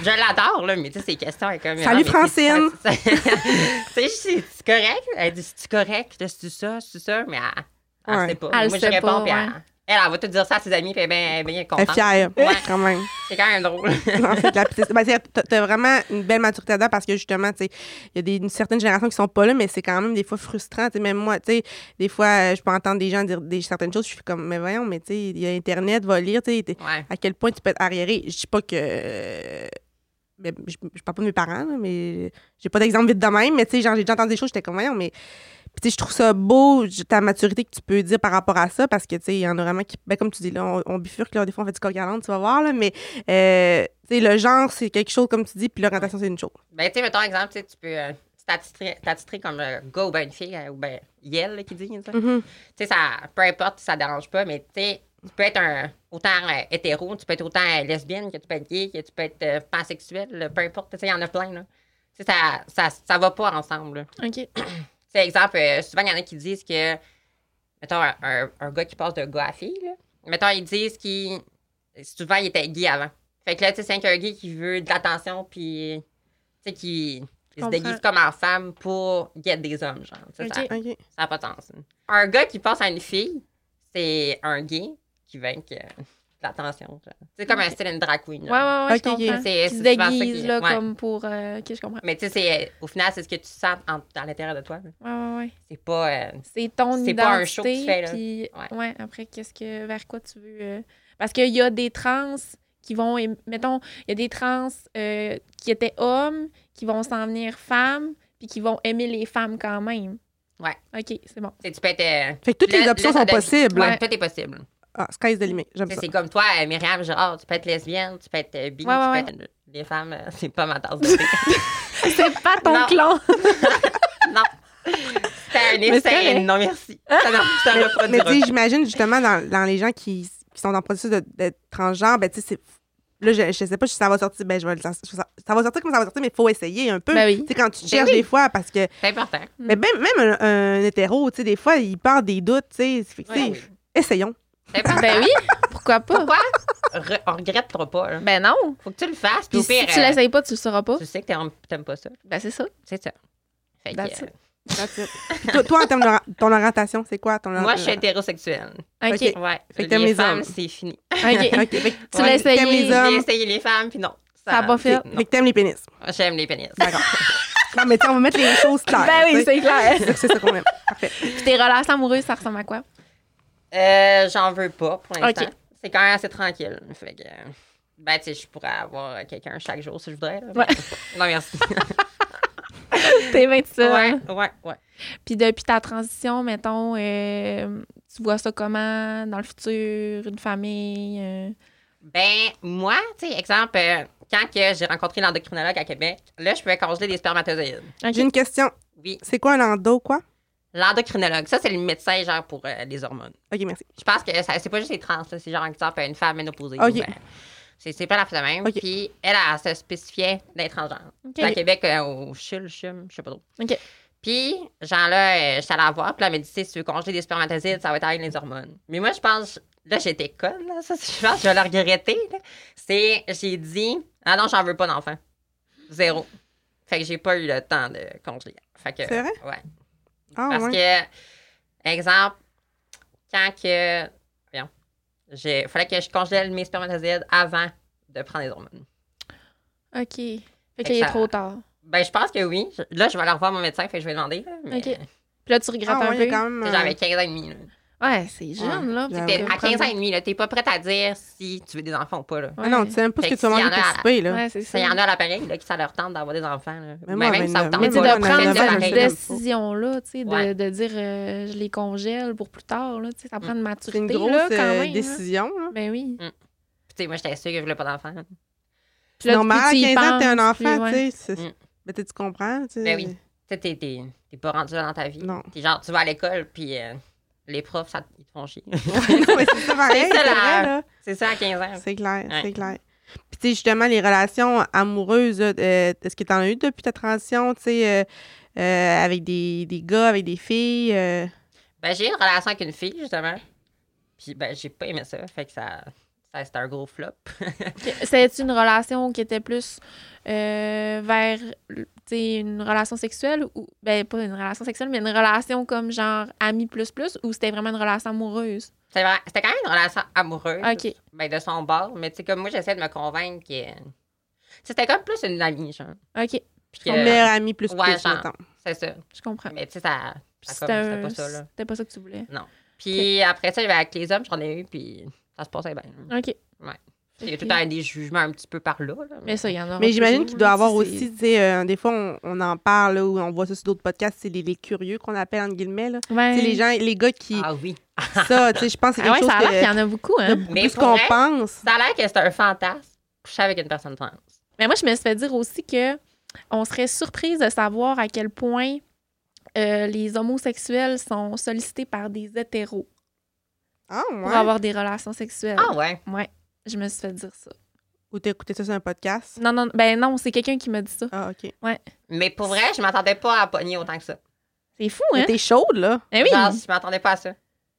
C: je l'adore, là, mais tu sais, ces questions, elle est comme.
A: Ah. Salut,
C: Ah, mais c'est-
A: Francine!
C: c'est- c'est- Tu sais, c'est c'est correct. Elle dit, c'est correct, là, c'est ça, c'est ça, mais elle, elle
A: Ouais.
C: sait pas.
B: Elle
C: Moi, je
B: sait
C: réponds,
B: pas,
C: puis elle,
B: ouais.
C: elle, elle va tout dire ça à ses amis, puis elle est bien- elle est bien
A: Elle est
C: contente.
A: fière,
C: Ouais.
A: quand même.
C: C'est quand même drôle.
A: Non, c'est de la petite- ben, c'est- t'as- T'as vraiment une belle maturité là-dedans parce que justement, tu sais, il y a des, une certaine génération qui sont pas là, mais c'est quand même des fois frustrant. Tu sais, même moi, tu sais, des fois, euh, je peux entendre des gens dire des, certaines choses, je suis comme, mais voyons, mais tu sais, il y a Internet, va lire, tu sais, t'es-
C: ouais.
A: à quel point tu peux être arriéré. Je dis pas que. euh, ben, je, je parle pas de mes parents, là, mais j'ai pas d'exemple vite de même, mais tu sais, genre, j'ai déjà entendu des choses, j'étais comme, voyons, mais. Puis, tu sais, je trouve ça beau, j- ta maturité que tu peux dire par rapport à ça, parce que, tu sais, il y en a vraiment qui. Ben, comme tu dis, là, on, on bifurque, là, des fois, on fait du coq à l'âne, tu vas voir, là, mais, euh, tu sais, le genre, c'est quelque chose, comme tu dis, puis l'orientation, c'est une chose.
C: Ben, tu sais, mettons, exemple, tu sais, tu peux euh, t'attitrer t'attitrer comme euh, gars ou ben une fille, euh, ou ben yel, là, qui dit, ça.
A: Mhm.
C: tu sais, ça, peu importe, ça dérange pas, mais tu sais, tu peux être un, autant euh, hétéro, tu peux être autant euh, lesbienne, que tu peux être gay, que tu peux être euh, pansexuel, là, peu importe, tu sais, il y en a plein, là. Tu sais, ça, ça, ça va pas ensemble, là.
B: OK.
C: Tu sais, exemple, euh, souvent, il y en a qui disent que, mettons, un, un- un gars qui passe de gars à fille, là, mettons, ils disent qu'il, souvent, il était gay avant. Fait que là, tu sais, c'est un gay qui veut de l'attention, puis, tu sais, qui il se
B: Comprends.
C: déguise comme en femme pour guetter des hommes, genre. Tu sais,
B: Ok.
C: ça-
A: OK.
C: ça n'a pas de sens. hein. Un gars qui passe à une fille, c'est un gay qui vainque euh, l'attention. genre. C'est comme un style une drag queen.
B: Ouais, ouais,
C: là.
B: ouais,
A: Ok, ok.
B: je comprends.
C: C'est-
B: Qui se
C: c'est souvent ça
B: déguise,
C: qui-
B: là,
C: ouais.
B: comme pour... euh, OK, je comprends.
C: Mais tu sais, c'est, euh, au final, c'est ce que tu sens en- à l'intérieur de toi. là.
B: Ouais, ouais, ouais.
C: C'est pas. euh,
B: C'est ton identité.
C: C'est pas un show que tu fais, là.
B: puis-
C: Ouais.
B: ouais, après, qu'est-ce que, vers quoi tu veux... euh, Parce qu'il y a des trans qui vont... aim- Mettons, il y a des trans euh, qui étaient hommes, qui vont s'en venir femmes, puis qui vont aimer les femmes quand même.
C: Ouais.
B: OK, c'est bon.
C: tu sais, tu peux être. euh,
A: Fait que toutes les
C: le-
A: options
C: le-
A: sont
C: le-
A: possibles.
C: ouais, Tout est possible.
A: Ah, sky's the limit, j'aime
C: Tu sais,
A: ça.
C: C'est comme toi, euh, Myriam Gérard, tu peux être lesbienne, tu peux être euh, bi,
B: Ouais,
C: tu
B: ouais,
C: peux être. Les femmes, euh, c'est pas ma tasse de thé.
B: C'est pas ton
C: Non.
B: clan.
C: non. C'était un
B: c'est
C: essai.
B: correct.
C: Non, merci. Ça n'a ça n'a pas
A: Mais
C: duré.
A: tu sais, j'imagine justement dans, dans les gens qui, qui sont en processus de- d'être transgenre, ben tu sais, c'est. Là, je, je sais pas si ça va sortir. Ben, je vais le- ça, ça va sortir comme ça va sortir, mais il faut essayer un peu.
B: Ben oui. Mm.
A: Tu sais, quand tu
C: Ben
A: cherches
C: oui.
A: des fois, parce que.
C: C'est important.
A: Mais ben- même un, un hétéro, tu sais, des fois, il part des doutes, tu sais. Fait que, tu sais,
C: Ouais.
A: Essayons.
C: C'est important.
B: ben oui, pourquoi pas?
C: Pourquoi? Re- on regrettera pas. là.
B: Ben non.
C: Faut que tu le fasses.
B: Puis
C: Puis au
B: si
C: pire,
B: tu
C: euh,
B: l'essayes pas, tu le sauras pas.
C: tu sais que t'aimes- t'aimes pas ça.
B: Ben c'est ça.
C: C'est ça. Fait que,
B: That's it.
C: euh,
A: That's it. Puis toi, toi, en termes de ton orientation, c'est quoi ton
C: moi, je suis
A: orientation?
C: hétérosexuelle.
B: OK.
A: Ok.
C: Ouais.
A: Fait que t'aimes
C: les,
A: les
C: femmes,
A: hommes.
C: c'est fini.
B: OK.
A: Ok, fait que
B: Tu
A: Ouais.
B: l'as essayé.
A: T'aimes les hommes.
C: J'ai essayé les femmes, puis non.
B: Ça a pas fait.
C: non.
A: fait que t'aimes les pénis.
C: J'aime les pénis.
A: D'accord. non, mais tu sais, on va mettre les choses claires.
B: Ben
A: tu
B: oui,
A: sais.
B: c'est clair.
A: C'est c'est ça qu'on aime. Parfait.
B: Puis tes relations amoureuses, ça ressemble à quoi?
C: Euh, J'en veux pas pour l'instant.
B: Ok.
C: C'est quand même assez tranquille. Fait que, euh, ben, tu sais, je pourrais avoir quelqu'un chaque jour si je voudrais. là, mais-
B: Ouais.
C: Non, merci.
B: T'es 27.
C: ouais, ouais, ouais.
B: Puis depuis ta transition, mettons, euh, tu vois ça comment dans le futur, une famille? euh?
C: Ben, moi, tu sais, exemple, euh, quand que j'ai rencontré l'endocrinologue à Québec, là, je pouvais congeler des spermatozoïdes.
B: Ok.
A: J'ai une question.
C: Oui.
A: C'est quoi un endo, quoi?
C: L'endocrinologue, ça, c'est le médecin, genre, pour euh, les hormones.
A: Ok, merci.
C: Je pense que ça- c'est pas juste les trans, là, c'est genre, exemple, une femme ménopausée.
A: Ok.
C: ou ben, c'est c'est pas la femme même.
A: Ok.
C: Puis elle, elle, se spécifiait d'être transgenre.
B: Ok.
C: À Québec, euh, au chul, chum, je sais pas trop.
B: Ok.
C: Puis, genre là, euh, je suis allée la voir, puis là, elle m'a dit, Tu sais, si tu veux congeler des spermatozoïdes, ça va être avec les hormones. Mais moi, je pense, là, j'étais conne, là, ça, je pense, que je vais le regretter, là. C'est, j'ai dit, ah non, j'en veux pas d'enfant. Zéro. Fait que j'ai pas eu le temps de congeler. Fait que.
A: C'est vrai?
C: Ouais.
A: Ah,
C: Parce
A: ouais.
C: que, exemple, quand que. Voyons. Il fallait que je congèle mes spermatozoïdes avant de prendre les hormones.
B: OK. Fait
C: que
B: que là, il est
C: ça-
B: trop tard.
C: Ben, je pense que oui. Je- Là, je vais aller revoir mon médecin, fait que je vais demander. là, mais
B: OK. Puis là, tu regrettes
A: Ah, ouais, Ah
B: un
A: il y a
B: peu.
A: quand même. euh,
C: J'avais 15 ans et demi. là.
B: Ouais, c'est jeune, là.
A: J'avoue.
C: T'es-
A: Ouais,
C: à 15 ans et demi, là, t'es pas prête à dire si tu veux des enfants ou pas. Là.
A: Ah non, tu sais même pas ce
C: Fait
A: que tu
C: que
A: vas
C: s'il y
A: manger
C: en a
A: pour
C: à-
A: souper, là.
B: Ouais, c'est
C: Ça,
B: ça.
C: il y en a à l'appareil là, qui ça leur tente d'avoir des enfants. Là.
A: Mais
C: Mais
A: moi, à
C: même si ça
A: 29,
C: leur tente
B: Mais tu sais,
A: Ouais,
B: de
C: pas,
A: on en
B: prendre
A: a pas,
C: l'appareil,
A: je
B: cette
A: l'aime pas.
B: décision-là, tu sais, de,
C: Ouais.
B: de dire euh, je les congèle pour plus tard, là, tu sais, ça prend une
C: Mm.
A: C'est
B: maturité,
A: une grosse
B: là, quand
A: euh,
B: même. là.
A: décision. là.
B: Ben oui.
C: Tu sais, moi, j'étais sûre que je voulais pas d'enfants. là.
B: Puis là,
A: Normal, à
B: plus tu y
A: 15 ans, t'es un
B: penses, plus,
A: enfant,
B: ouais.
A: tu sais. c'est-
C: Mm.
A: Ben, tu tu comprends, tu sais.
C: Ben oui. Tu sais, t'es- t'es t'es pas rendu là dans ta vie.
A: Non.
C: T'es genre, tu vas à l'école, puis euh, les profs, ça, ils te font chier.
A: non, mais c'est ça pareil,
C: C'est
A: c'est
C: ça,
A: vrai,
C: la-
A: là.
C: c'est ça à 15 ans.
A: C'est clair,
C: Ouais.
A: c'est clair. Puis, tu sais, justement, les relations amoureuses, euh, est-ce que t'en as eu depuis ta transition, tu sais, euh, euh, avec des, des gars, avec des filles? euh?
C: Ben, j'ai eu une relation avec une fille, justement. Puis, ben, j'ai pas aimé ça. Fait que ça, ça c'était un gros flop.
B: C'était une relation qui était plus euh, vers tu sais, une relation sexuelle ou ben pas une relation sexuelle mais une relation comme genre ami plus plus ou c'était vraiment une relation amoureuse.
C: C'est vrai- C'était quand même une relation amoureuse.
B: OK.
C: Ben, de son bord. Mais, tu sais, comme moi, j'essayais de me convaincre que. Tu sais, C'était comme plus une amie, genre.
B: OK,
C: Puis
B: Oh,
A: Ton
C: que-
A: meilleur ami plus
C: Ouais,
A: plus,
C: genre.
A: mettons.
C: C'est ça.
B: je comprends.
C: Mais, tu sais, ça. ça
B: C'était
C: Ah, comme- C'était
B: un-
C: pas ça, là.
B: C'était pas ça que tu voulais.
C: Puis, après ça, j'avais avec les hommes, j'en ai eu, puis ça se passait bien.
B: OK.
C: Ouais. Il y a tout le temps des jugements un petit peu par là. là,
B: Mais ça, il y en a.
A: Mais j'imagine qu'il doit y avoir aussi, tu sais, euh, des fois, on, on en parle, là, ou on voit ça sur d'autres podcasts, c'est les, les curieux qu'on appelle, entre guillemets, là. Tu sais, les gens, les gars qui...
C: Ah oui.
A: Ça, tu sais, je pense que c'est
B: Ah ouais,
A: quelque
B: ça a
A: chose
B: l'air qu'il y
A: que...
B: en a beaucoup. Hein.
A: de beaucoup
C: Mais
A: plus
C: pour
A: qu'on
C: vrai,
A: pense.
C: Ça a l'air que c'est un fantasme. Coucher avec une personne trans.
B: Mais moi, je me suis fait dire aussi que on serait surprise de savoir à quel point euh, les homosexuels sont sollicités par des hétéros
A: Ah, ouais.
B: pour avoir des relations sexuelles.
C: Ah ouais.
B: Ouais, je me suis fait dire ça.
A: Ou t'as écouté ça sur un podcast.
B: Non, non, ben non, c'est quelqu'un qui m'a dit ça.
A: Ah, OK.
C: Mais pour vrai, je m'attendais pas à pogner autant que ça.
B: C'est fou,
A: Mais
B: hein?
A: T'es chaude, là.
B: Eh oui!
C: Genre, je m'attendais pas à ça.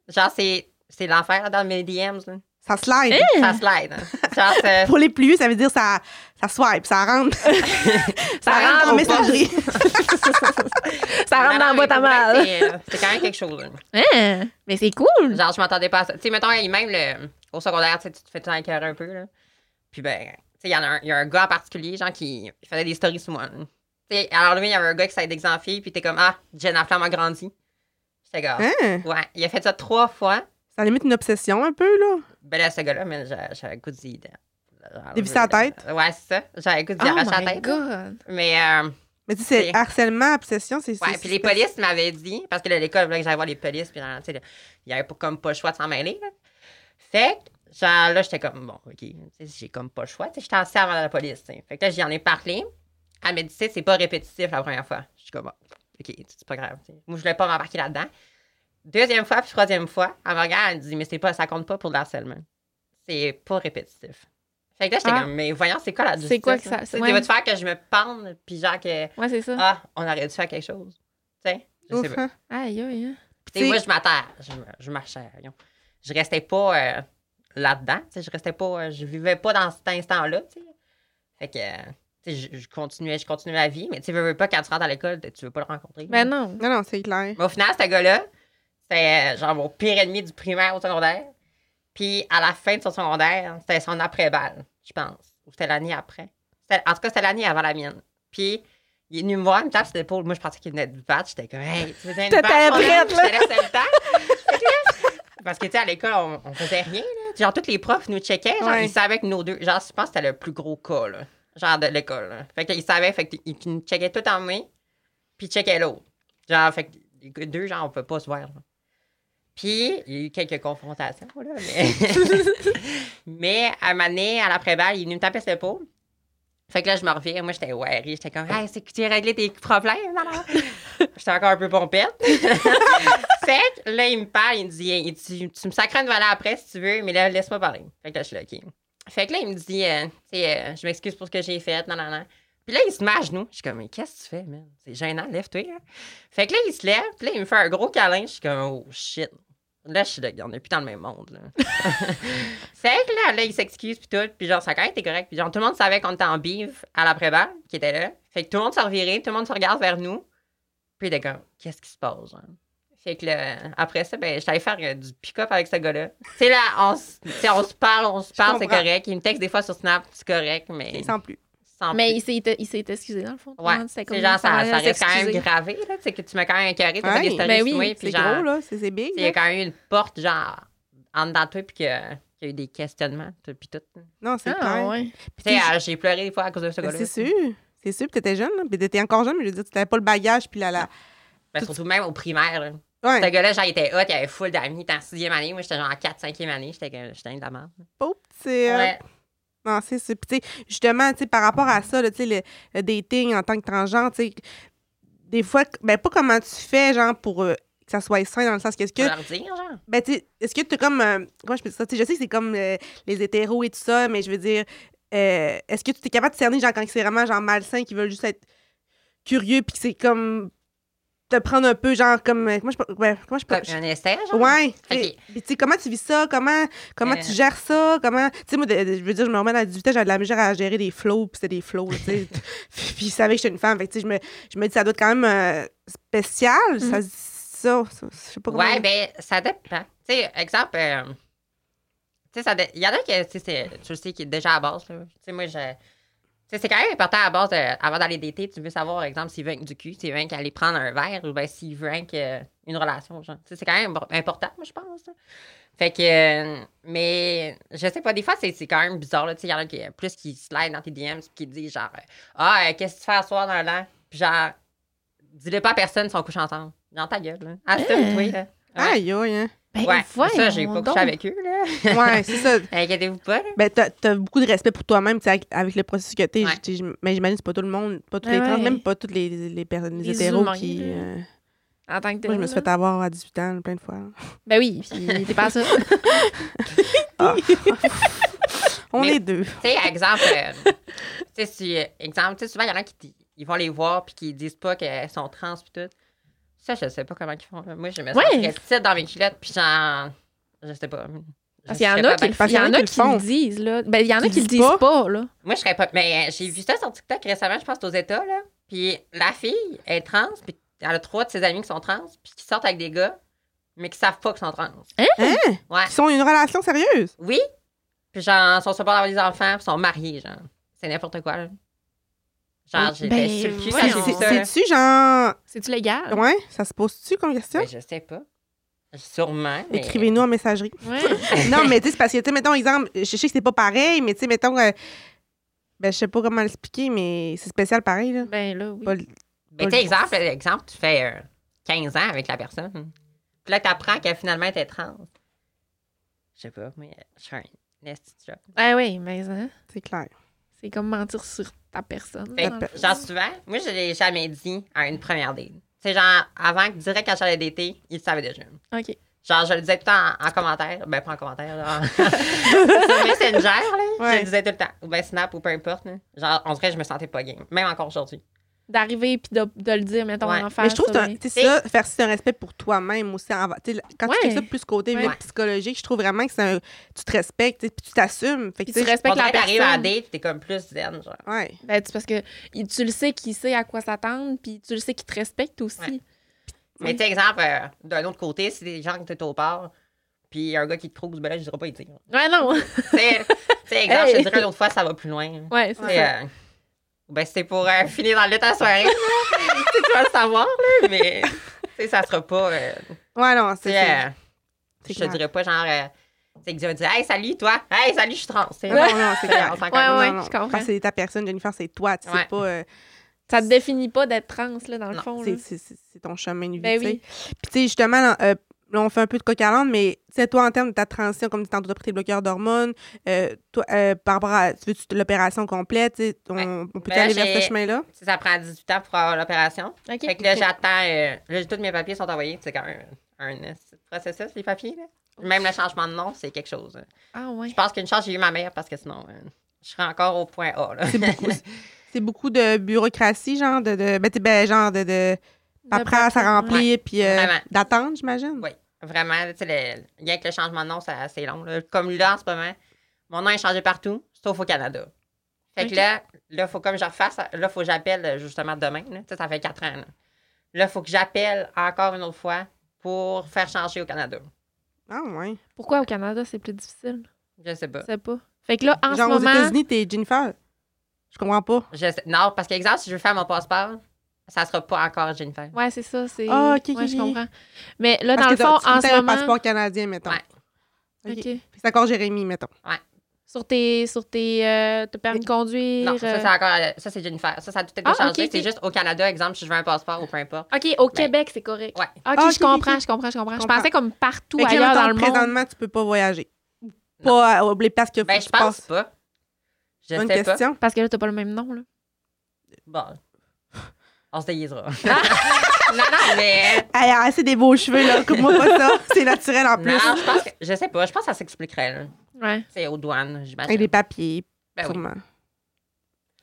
C: Genre, c'est, c'est l'enfer là, dans mes DMs. Là.
A: Ça slide.
B: Eh!
C: Ça slide. hein. Genre, c'est-
A: Pour les plus vieux, ça veut dire ça, ça swipe, ça rentre.
C: ça
A: rentre en
C: au
A: messagerie.
B: ça rentre dans la boîte à mal.
C: C'est, euh, c'est quand même quelque chose. là.
B: Hein? Mais c'est cool!
C: Genre, je m'attendais pas à ça. Tu sais, mettons, même le, au secondaire, tu sais, tu te fais tout le temps écœurer un peu. Là. Puis ben, tu sais, il y en a un, il y a un gars en particulier, genre, qui il faisait des stories sur moi. là. Tu sais, alors lui, il y avait un gars qui s'est déguisé en fille, puis t'es comme, ah, Jenna Flamme a grandi. J'étais comme,
A: Hein?
C: ouais, il a fait ça trois fois.
A: Ça limite une obsession un peu, là.
C: Ben là, ce gars-là, mais j'a- j'avais le goût d'y... de- genre,
A: Dévisser la tête?
C: Ouais, c'est ça. J'avais le goût d'y
B: Oh
C: arracher
B: my
C: la tête.
B: God!
C: Mais, euh,
A: Mais tu sais, c'est
C: C'est-
A: harcèlement, obsession, c'est
C: ouais,
A: c'est-
C: puis les
A: c'est-
C: polices m'avaient dit, parce que là, l'école, là, que j'allais voir les polices, puis là, tu sais, là, il n'y avait pas, comme pas le choix de s'en mêler. là. Fait que, genre, là, j'étais comme, bon, OK, tu sais, j'ai comme pas le choix, tu sais, j'étais assez avant la police, tu sais. Fait que là, j'y en ai parlé. Elle m'a dit, tu sais, c'est pas répétitif la première fois. Je suis comme, bon, OK, c'est pas grave, tu sais. Moi, je voulais pas m'embarquer là-dedans. Deuxième fois, puis troisième fois, elle me regarde, elle me dit, mais c'est pas, ça compte pas pour le harcèlement. C'est pas répétitif. Fait que là, j'étais
B: Ah.
C: comme, mais voyons, c'est quoi la justice?
B: C'est quoi que ça-
C: là? Tu sais,
B: ouais.
C: Tu vas-tu faire que je me pende, puis genre que.
B: Ouais, c'est ça.
C: Ah, on aurait dû faire quelque chose. Tu sais, je sais
A: Ouf,
C: pas.
A: hein.
B: Aïe, aïe, aïe.
C: Tu sais, moi, je m'attarde. Je, me- je marchais. voyons. Je restais pas euh, là-dedans. Tu sais, je restais pas. euh, je vivais pas dans cet instant-là. tu sais. Fait que. euh, tu sais, je, je continuais, je continuais ma vie, mais tu sais, veux, veux pas quand tu rentres à l'école, t- tu veux pas le rencontrer.
B: Ben non!
A: Non, non, c'est clair.
C: Mais au final, ce gars-là, c'était euh, genre mon pire ennemi du primaire au secondaire. Puis à la fin de son secondaire, c'était son après-balle, je pense. Ou c'était l'année après. C'était- En tout cas, c'était l'année avant la mienne. Puis il est venu me voir, il me tape sur l'épaule. Moi, je pensais qu'il venait de battre. J'étais comme, hey, tu veux une
B: T'étais
C: battre, mon
B: prête,
C: homme? Je te laissais le temps. Fait que là, Parce que, tu sais, à l'école, on, on faisait rien. là. Genre, tous les profs nous checkaient. Genre,
A: Ouais.
C: ils savaient que nos deux. Genre, je pense que c'était le plus gros cas, là. Genre, de l'école. là. Fait qu'ils savaient, fait qu'ils nous checkaient tout en main, puis ils checkaient l'autre. Genre, fait que les gars- deux, genre, on peut pas se voir. là. Puis, il y a eu quelques confrontations, là, mais... mais à un moment donné, à l'après-balle, il me tapait sur l'épaule. Fait que là, je me reviens, moi, j'étais wary, j'étais comme « Hey, c'est que tu as réglé tes problèmes, là, là? J'étais encore un peu pompette. fait que là, il me parle, il me dit Hey, tu, tu me sacres une valeur après, si tu veux, mais là, laisse-moi parler. » Fait que là, je suis là, OK. Fait que là, il me dit euh, Tu sais, euh, je m'excuse pour ce que j'ai fait, non, non, non. » Puis là, il se met à genoux. Je suis comme « Mais qu'est-ce que tu fais, man? C'est gênant, lève-toi, là. » Fait que là, il se lève, puis là, il me fait un gros câlin. Je suis comme, oh shit. Là, je suis là, on n'est plus dans le même monde. Là. fait que là, là, il s'excuse, puis tout. Puis genre, ça a quand même été correct. Puis genre, tout le monde savait qu'on était en bive à l'après-balle, qui était là. Fait que tout le monde se revirait, tout le monde se regarde vers nous. Puis il était comme, qu'est-ce qui se passe? genre? Fait que là, après ça, ben, j'étais allée faire euh, du pick-up avec ce gars-là. Tu sais, là, on se tu sais, on se parle, on se parle, c'est
A: comprends.
C: correct. Il me texte des fois sur Snap, c'est correct, mais.
A: Sans plus.
C: sans
B: Mais
C: plus.
B: il s'est il s'est excusé, dans le fond.
C: Ouais,
B: Comment-
C: c'est
B: comme-
C: genre, ça,
B: allait
C: ça reste quand même
B: s'excuser.
C: gravé, là, tu sais, que tu m'as quand même écœuré, tu
A: Ouais, Ben
C: fait des stories
B: mais
C: sur
B: oui,
C: moi, puis
A: C'est
C: genre,
A: gros, là. C'est c'est big.
C: tu sais, il y
A: là.
C: a quand même eu une porte, genre, en dedans de toi, puis que- qu'il y a eu des questionnements, tout, puis tout. Tu
A: Non, c'est
B: Ah,
A: clair.
B: ouais.
A: Puis
C: sais,
A: t'es-
C: euh, j'ai pleuré des fois à cause de ce
A: Ben,
C: gars-là.
A: C'est sûr. C'est sûr, puis t'étais jeune, là. Puis t'étais encore jeune, mais je veux dire, tu t'avais pas le bagage, puis la... la...
C: Ben, surtout même au primaire, là. Ce
A: Ouais,
C: gars-là, genre, il était hot, il avait full d'amis, il était en sixième année, moi, j'étais genre en 4 5e année, j'étais comme, j'étais de la merde.
A: pauvre petit... euh,
C: Ouais.
A: Non, c'est ça. Puis, tu sais, justement, tu sais, par rapport à ça, là, tu sais, le, le dating en tant que transgenre, tu sais, des fois, ben, pas comment tu fais, genre, pour euh, que ça soit sain, dans le sens qu'est-ce
C: Faut
A: que.
C: leur dire, genre.
A: Ben, tu sais, est-ce que tu comme. euh, comment je peux dire ça? Tu sais, je sais que c'est comme euh, les hétéros et tout ça, mais je veux dire, euh, est-ce que tu t'es capable de cerner, genre, quand c'est vraiment, genre, malsain, qui veulent juste être curieux, puis que c'est comme. te prendre un peu, genre, comme. euh, Comment je peux. ouais, comment je peux.
C: Comme un essai, genre.
A: Ouais. tu
C: Ok.
A: sais. Puis, tu sais, comment tu vis ça? Comment, comment
C: Euh.
A: tu gères ça? Comment. Tu sais, moi, de- de- je veux dire, je me remets à 18 ans, j'avais de la misère à gérer des flots, puis c'était des flots, tu sais. puis, puis, je savais que j'étais une femme. Fait que, tu sais, je me, je me dis, ça doit être quand même euh, spécial. Ça, ça, ça- je sais pas comment.
C: Mm-hmm. Ouais, ben, ça dépend. Tu sais, exemple, euh, tu sais, ça dé- il y en a qui, tu sais, c'est- tu le sais, qui est déjà à base, là. Tu sais, moi, je. Tu Tu sais, C'est quand même important à la base, de- avant d'aller dater, tu veux savoir, par exemple, s'il veut avec du cul, s'il veut avec aller prendre un verre ou bien s'il veut avec euh, une relation. genre. Tu sais, C'est quand même impor- important, moi, je pense. là. Fait que, euh, mais je sais pas, des fois, c'est c'est quand même bizarre. là, tu sais, Il y en a qui, euh, plus qui slide dans tes DMs puis qui te disent genre, euh, ah, euh, qu'est-ce que tu fais à soir dans l'an? Puis genre, dis-le pas à personne si on couche ensemble. Dans ta gueule, là. Assume-toi, là. Ouais.
A: Aïe, aïe, hein.
B: Ben,
C: Ouais, ça, j'ai
B: voyons
C: pas
B: donc.
C: couché avec eux, là.
A: Ouais, c'est ça.
C: Inquiétez-vous pas, là.
A: Ben, t'as t'as beaucoup de respect pour toi-même, tu sais, avec- avec le processus que t'es.
C: Ouais.
A: Tu sais, j'im- Mais j'imagine que c'est pas tout le monde, pas tous les
B: Ouais,
A: trans,
B: ouais.
A: même pas tous les, les, les personnes, les
B: Les
A: hétéros
B: humains,
A: qui.
B: là.
A: euh,
B: En tant que tel,
A: Moi, je me suis
B: là.
A: fait avoir à 18 ans plein de fois.
B: Ben oui, puis t'es pas à ça.
A: On
C: Mais-
A: est deux.
C: Tu sais, exemple, euh, tu sais, si, euh, exemple, tu sais, souvent, il y en a qui t- ils vont les voir puis qui disent pas qu'elles sont trans puis tout. Ça, je sais pas comment ils font. là. Moi, je me sens
B: Ouais.
C: très petite dans mes culottes puis genre, je sais pas. Je
B: Parce qu'il y en
C: serais
B: a
C: pas
B: qui,
C: bien.
A: Parce
B: il y en a qui
A: font.
B: le disent, là. Ben, il y en a
A: Qui
B: qui le
A: le
B: disent
A: pas.
B: pas, là.
C: Moi, je serais pas. Mais euh, j'ai vu ça sur TikTok récemment, je pense, aux États, là. Puis la fille est trans puis elle a trois de ses amis qui sont trans puis qui sortent avec des gars, mais qui savent pas qu'ils sont trans.
A: Hein?
C: Ouais.
A: Ils sont une relation sérieuse.
C: Oui. Puis genre, sont supposés d'avoir des enfants, puis sont mariés, genre. C'est n'importe quoi, là. Genre, j'étais
B: Ben,
C: sur le cul quand
B: voyons.
C: j'ai vu
A: C'est-
C: ça. là.
A: C'est-tu genre.
B: C'est-tu légal?
A: Ouais, ça se pose-tu comme question?
C: Ben, je sais pas. Sûrement. mais-
A: Écrivez-nous en messagerie.
B: Ouais.
C: Ben,
A: non, mais tu sais, c'est parce que, tu sais, mettons, exemple, je sais que c'est pas pareil, mais tu sais, mettons, euh, ben, je sais pas comment l'expliquer, mais c'est spécial pareil, là.
B: Ben là, oui.
A: Pas-
C: Ben, tu sais, exemple, exemple, tu fais euh, 15 ans avec la personne. Puis là, t'apprends qu'elle finalement était trans. Je sais pas, mais je suis un nasty job.
B: Ah oui, mais hein,
A: C'est clair.
B: c'est comme mentir sur ta personne.
C: Fait
B: dans
A: pe-
B: le fond.
C: Genre, souvent, moi, je l'ai jamais dit à une première date. C'est genre, avant que direct quand j'allais dater, il le savait déjà.
B: OK.
C: Genre, je le disais tout le temps en, en commentaire. Ben, pas en commentaire, là. en- Sur Messenger, là. Je
A: Ouais.
C: le disais tout le temps. Ou ben, Snap, ou peu importe, là. Genre, on dirait que je me sentais pas game. Même encore aujourd'hui.
B: D'arriver puis de, de le dire, mettons,
C: Ouais.
B: en faire
A: Mais je trouve
B: ça,
A: que c'est un-
B: ben-
A: tu sais, ça, faire c'est un respect pour toi-même aussi. envers- tu sais, quand tu fais
B: Ouais.
A: ça plus côté là,
B: Ouais.
A: psychologique, je trouve vraiment que c'est un. Tu te respectes, tu sais, puis tu t'assumes. Fait que, tu
B: Puis tu
A: sais,
C: On
B: respectes la
C: dirait que t'arrives à la
B: personne.
C: date, t'es comme plus zen, genre.
A: Ouais.
B: Ben, c'est parce que il- tu le sais qu'il sait à quoi s'attendre, puis tu le sais qu'il te respecte aussi.
C: Mais tu sais, exemple, euh, d'un autre côté, si des gens qui étaient au port, puis un gars qui te trouve, ben là, je dirais pas, il dit.
B: Ouais, non.
C: Tu sais, tu sais, exemple,
B: Hey!
C: je te dirais l'autre fois, ça va plus loin. hein.
B: Ouais, c'est
C: Tu sais,
B: ça.
C: euh, ben, c'était pour euh, finir dans le temps soirée. là. tu sais, tu vas le savoir, là, mais tu sais, ça sera pas. euh,
A: Ouais, non,
C: Tu
A: c'est.
C: sais,
A: c'est-
C: euh,
A: c'est
C: je te
A: clair.
C: dirais pas genre. euh, tu sais, que Dieu va dire Hey, salut, toi. Hey, salut, je suis trans. tu sais.
A: Non, non, c'est clair.
C: On s'en
B: Ouais,
C: calme.
B: ouais,
A: Non, non,
B: je comprends.
A: parce que c'est ta personne, Jennifer, c'est toi. Tu sais,
C: Ouais.
A: c'est pas. euh,
B: Ça te définit pas d'être trans, là, dans le
C: Non,
B: fond. là.
A: c'est- c'est c'est- c'est ton chemin de vie.
B: Ben
A: tu sais.
B: oui.
A: Puis, tu sais, justement, là, euh, là, on fait un peu de coq à l'âne, mais, tu sais, toi, en termes de ta transition, comme tu tantôt, t'as pris tes bloqueurs d'hormones, euh, toi, euh, par rapport à, tu veux tu- l'opération complète, tu sais, on,
C: Ouais.
A: on peut
C: Ben,
A: aller vers
C: j'ai-
A: ce chemin-là?
C: Tu sais, ça prend 18 ans pour avoir l'opération.
B: OK.
C: Fait que là,
B: Ok.
C: j'attends. euh, là, tous mes papiers sont envoyés. C'est quand même un, un, euh, processus, les papiers. là. Même le changement de nom, c'est quelque chose. hein.
B: Ah ouais.
C: Je pense qu'une chance, j'ai eu ma mère parce que sinon, euh, je serais encore au point A. là.
A: C'est beaucoup, c'est beaucoup de bureaucratie, genre, de, de ben, tu sais, ben, genre, de, de paperasse à remplir, puis euh,
C: Vraiment.
A: d'attendre, j'imagine.
C: Oui, vraiment. là, Tu sais, le- rien que le changement de nom, ça- c'est long. là. Comme là, en ce moment, mon nom est changé partout, sauf au Canada. Fait
B: Ok.
C: que là, là, faut comme je refasse, là, faut que j'appelle euh, justement demain. Là. Tu sais, Ça fait quatre ans. Là, Là, faut que j'appelle encore une autre fois pour faire changer au Canada.
A: Ah, ouais.
B: Pourquoi au Canada, c'est plus difficile?
C: Je sais pas.
B: Je sais pas. Fait que là, en
A: genre,
B: ce
A: aux
B: moment.
A: États-Unis, t'es Jennifer. Je comprends pas.
C: Je sais- Non, parce qu'exemple, si je veux faire mon passeport, ça sera pas encore Jennifer.
B: Ouais, c'est ça. C'est...
A: Ah, ok, ok,
B: ouais, je
A: ok.
B: comprends. Mais là,
A: Parce que
B: dans le fond,
A: t'as-
B: en
A: tu
B: ce
A: as un
B: moment.
A: passeport canadien, mettons.
C: Ouais.
A: OK.
B: OK.
A: Puis C'est encore Jérémy, mettons.
B: Sur tes. Sur tes. euh, t'as permis de conduire.
C: Non, ça,
B: euh,
C: c'est encore. Ça, c'est Jennifer. Ça, ça a tout été
B: Ah,
C: changé.
B: ok, ok.
C: C'est juste au Canada, exemple, si je veux un passeport ou peu importe.
B: OK, au
C: Ben,
B: Québec, c'est correct.
C: Ouais.
B: OK,
A: Ah,
B: je
A: ok, ok,
B: comprends,
A: ok.
B: je comprends, je comprends. Je
A: Comprends.
B: pensais comme partout
A: Fait que là,
B: ailleurs dans
A: mettons,
B: le monde.
A: Présentement, tu peux pas voyager. Pas à- aux les places que faut
C: Ben,
A: que
C: je
A: tu
C: pense
A: passes.
C: pas. Je
A: Bonne
C: sais pas.
A: question.
B: Parce que là, t'as pas le même nom, là.
C: Bon. On se déguisera. non, non, mais.
A: Hey, ah, c'est des beaux cheveux, là. Coupe-moi pas ça. C'est naturel en plus.
C: Non, je pense que. Je sais pas. Je pense que ça s'expliquerait, là.
B: Ouais.
C: C'est aux douanes,
A: Et les
C: j'imagine.
A: papiers,
C: Ben oui.
A: sûrement.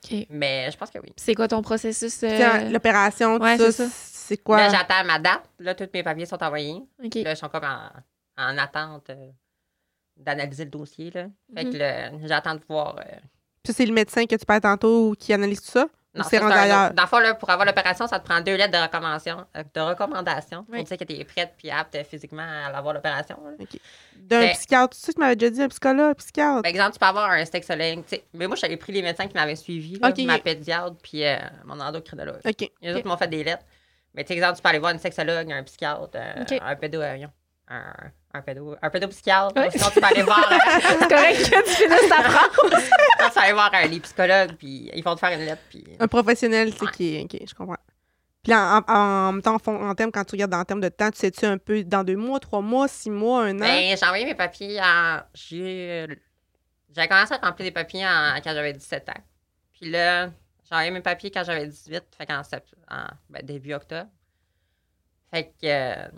B: OK.
C: Mais je pense que oui.
B: C'est quoi ton processus?
A: Puis,
B: euh,
A: tiens, L'opération, tout
B: ouais,
A: ça,
B: c'est ça.
A: c'est quoi?
C: Là, j'attends ma date. Là, tous mes papiers sont envoyés.
B: OK.
C: Là, ils sont comme en, en attente euh, d'analyser le dossier, là. Fait
B: Mhm.
C: que là, j'attends de voir. euh,
A: Puis ça, c'est le médecin que tu parles tantôt ou qui analyse tout ça? Ou
C: Non,
A: c'est
C: ça,
A: rendu
C: un autre-
A: ailleurs?
C: Dans le fond, là, pour avoir l'opération, ça te prend deux lettres de recommandation, euh, de recommandation
B: Oui.
C: pour dire que tu es prête puis apte euh, physiquement à avoir l'opération. là.
A: D'un
C: Ben-
A: psychiatre. Tu sais, tu m'avais déjà dit un psychologue, un psychiatre.
C: Par exemple, tu peux avoir un sexologue. tu sais. Mais moi, j'avais pris les médecins qui m'avaient suivi, là,
A: Ok, ok.
C: ma pédiatre puis euh, mon endocrinologue.
A: OK.
C: Les autres m'ont fait des lettres. Mais tu sais, exemple, tu peux aller voir une sexologue, un psychiatre, euh,
B: Ok.
C: un pédo... euh, un, un pédo... Un pédopsychiatre.
B: Ouais.
C: Sinon, tu peux aller voir... euh,
B: C'est correct que tu finisses ta phrase.
C: sinon, tu peux aller voir euh, les psychologues, puis ils vont te faire une lettre, puis...
A: Un professionnel, tu sais,
C: Ouais.
A: qui est. OK, je comprends. Puis en, en, en même temps, en, fond- en termes, quand tu regardes en termes de temps, tu sais-tu un peu dans deux mois, trois mois, six mois, un an?
C: Ben, j'ai envoyé mes papiers en. J'ai j'ai commencé à remplir des papiers en- quand j'avais 17 ans. Puis là, j'ai envoyé mes papiers quand j'avais 18, fait qu'en sept- en, ben, début octobre. Fait que. euh,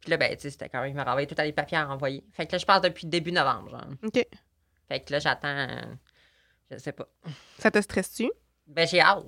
C: Puis là, ben, tu sais, c'était quand même. Il m'a renvoyé tout à les papiers à renvoyer. Fait que là, je pense depuis début novembre, genre.
A: OK.
C: Fait que là, j'attends. euh, Je sais pas.
A: Ça te stresse-tu?
C: Ben, j'ai hâte.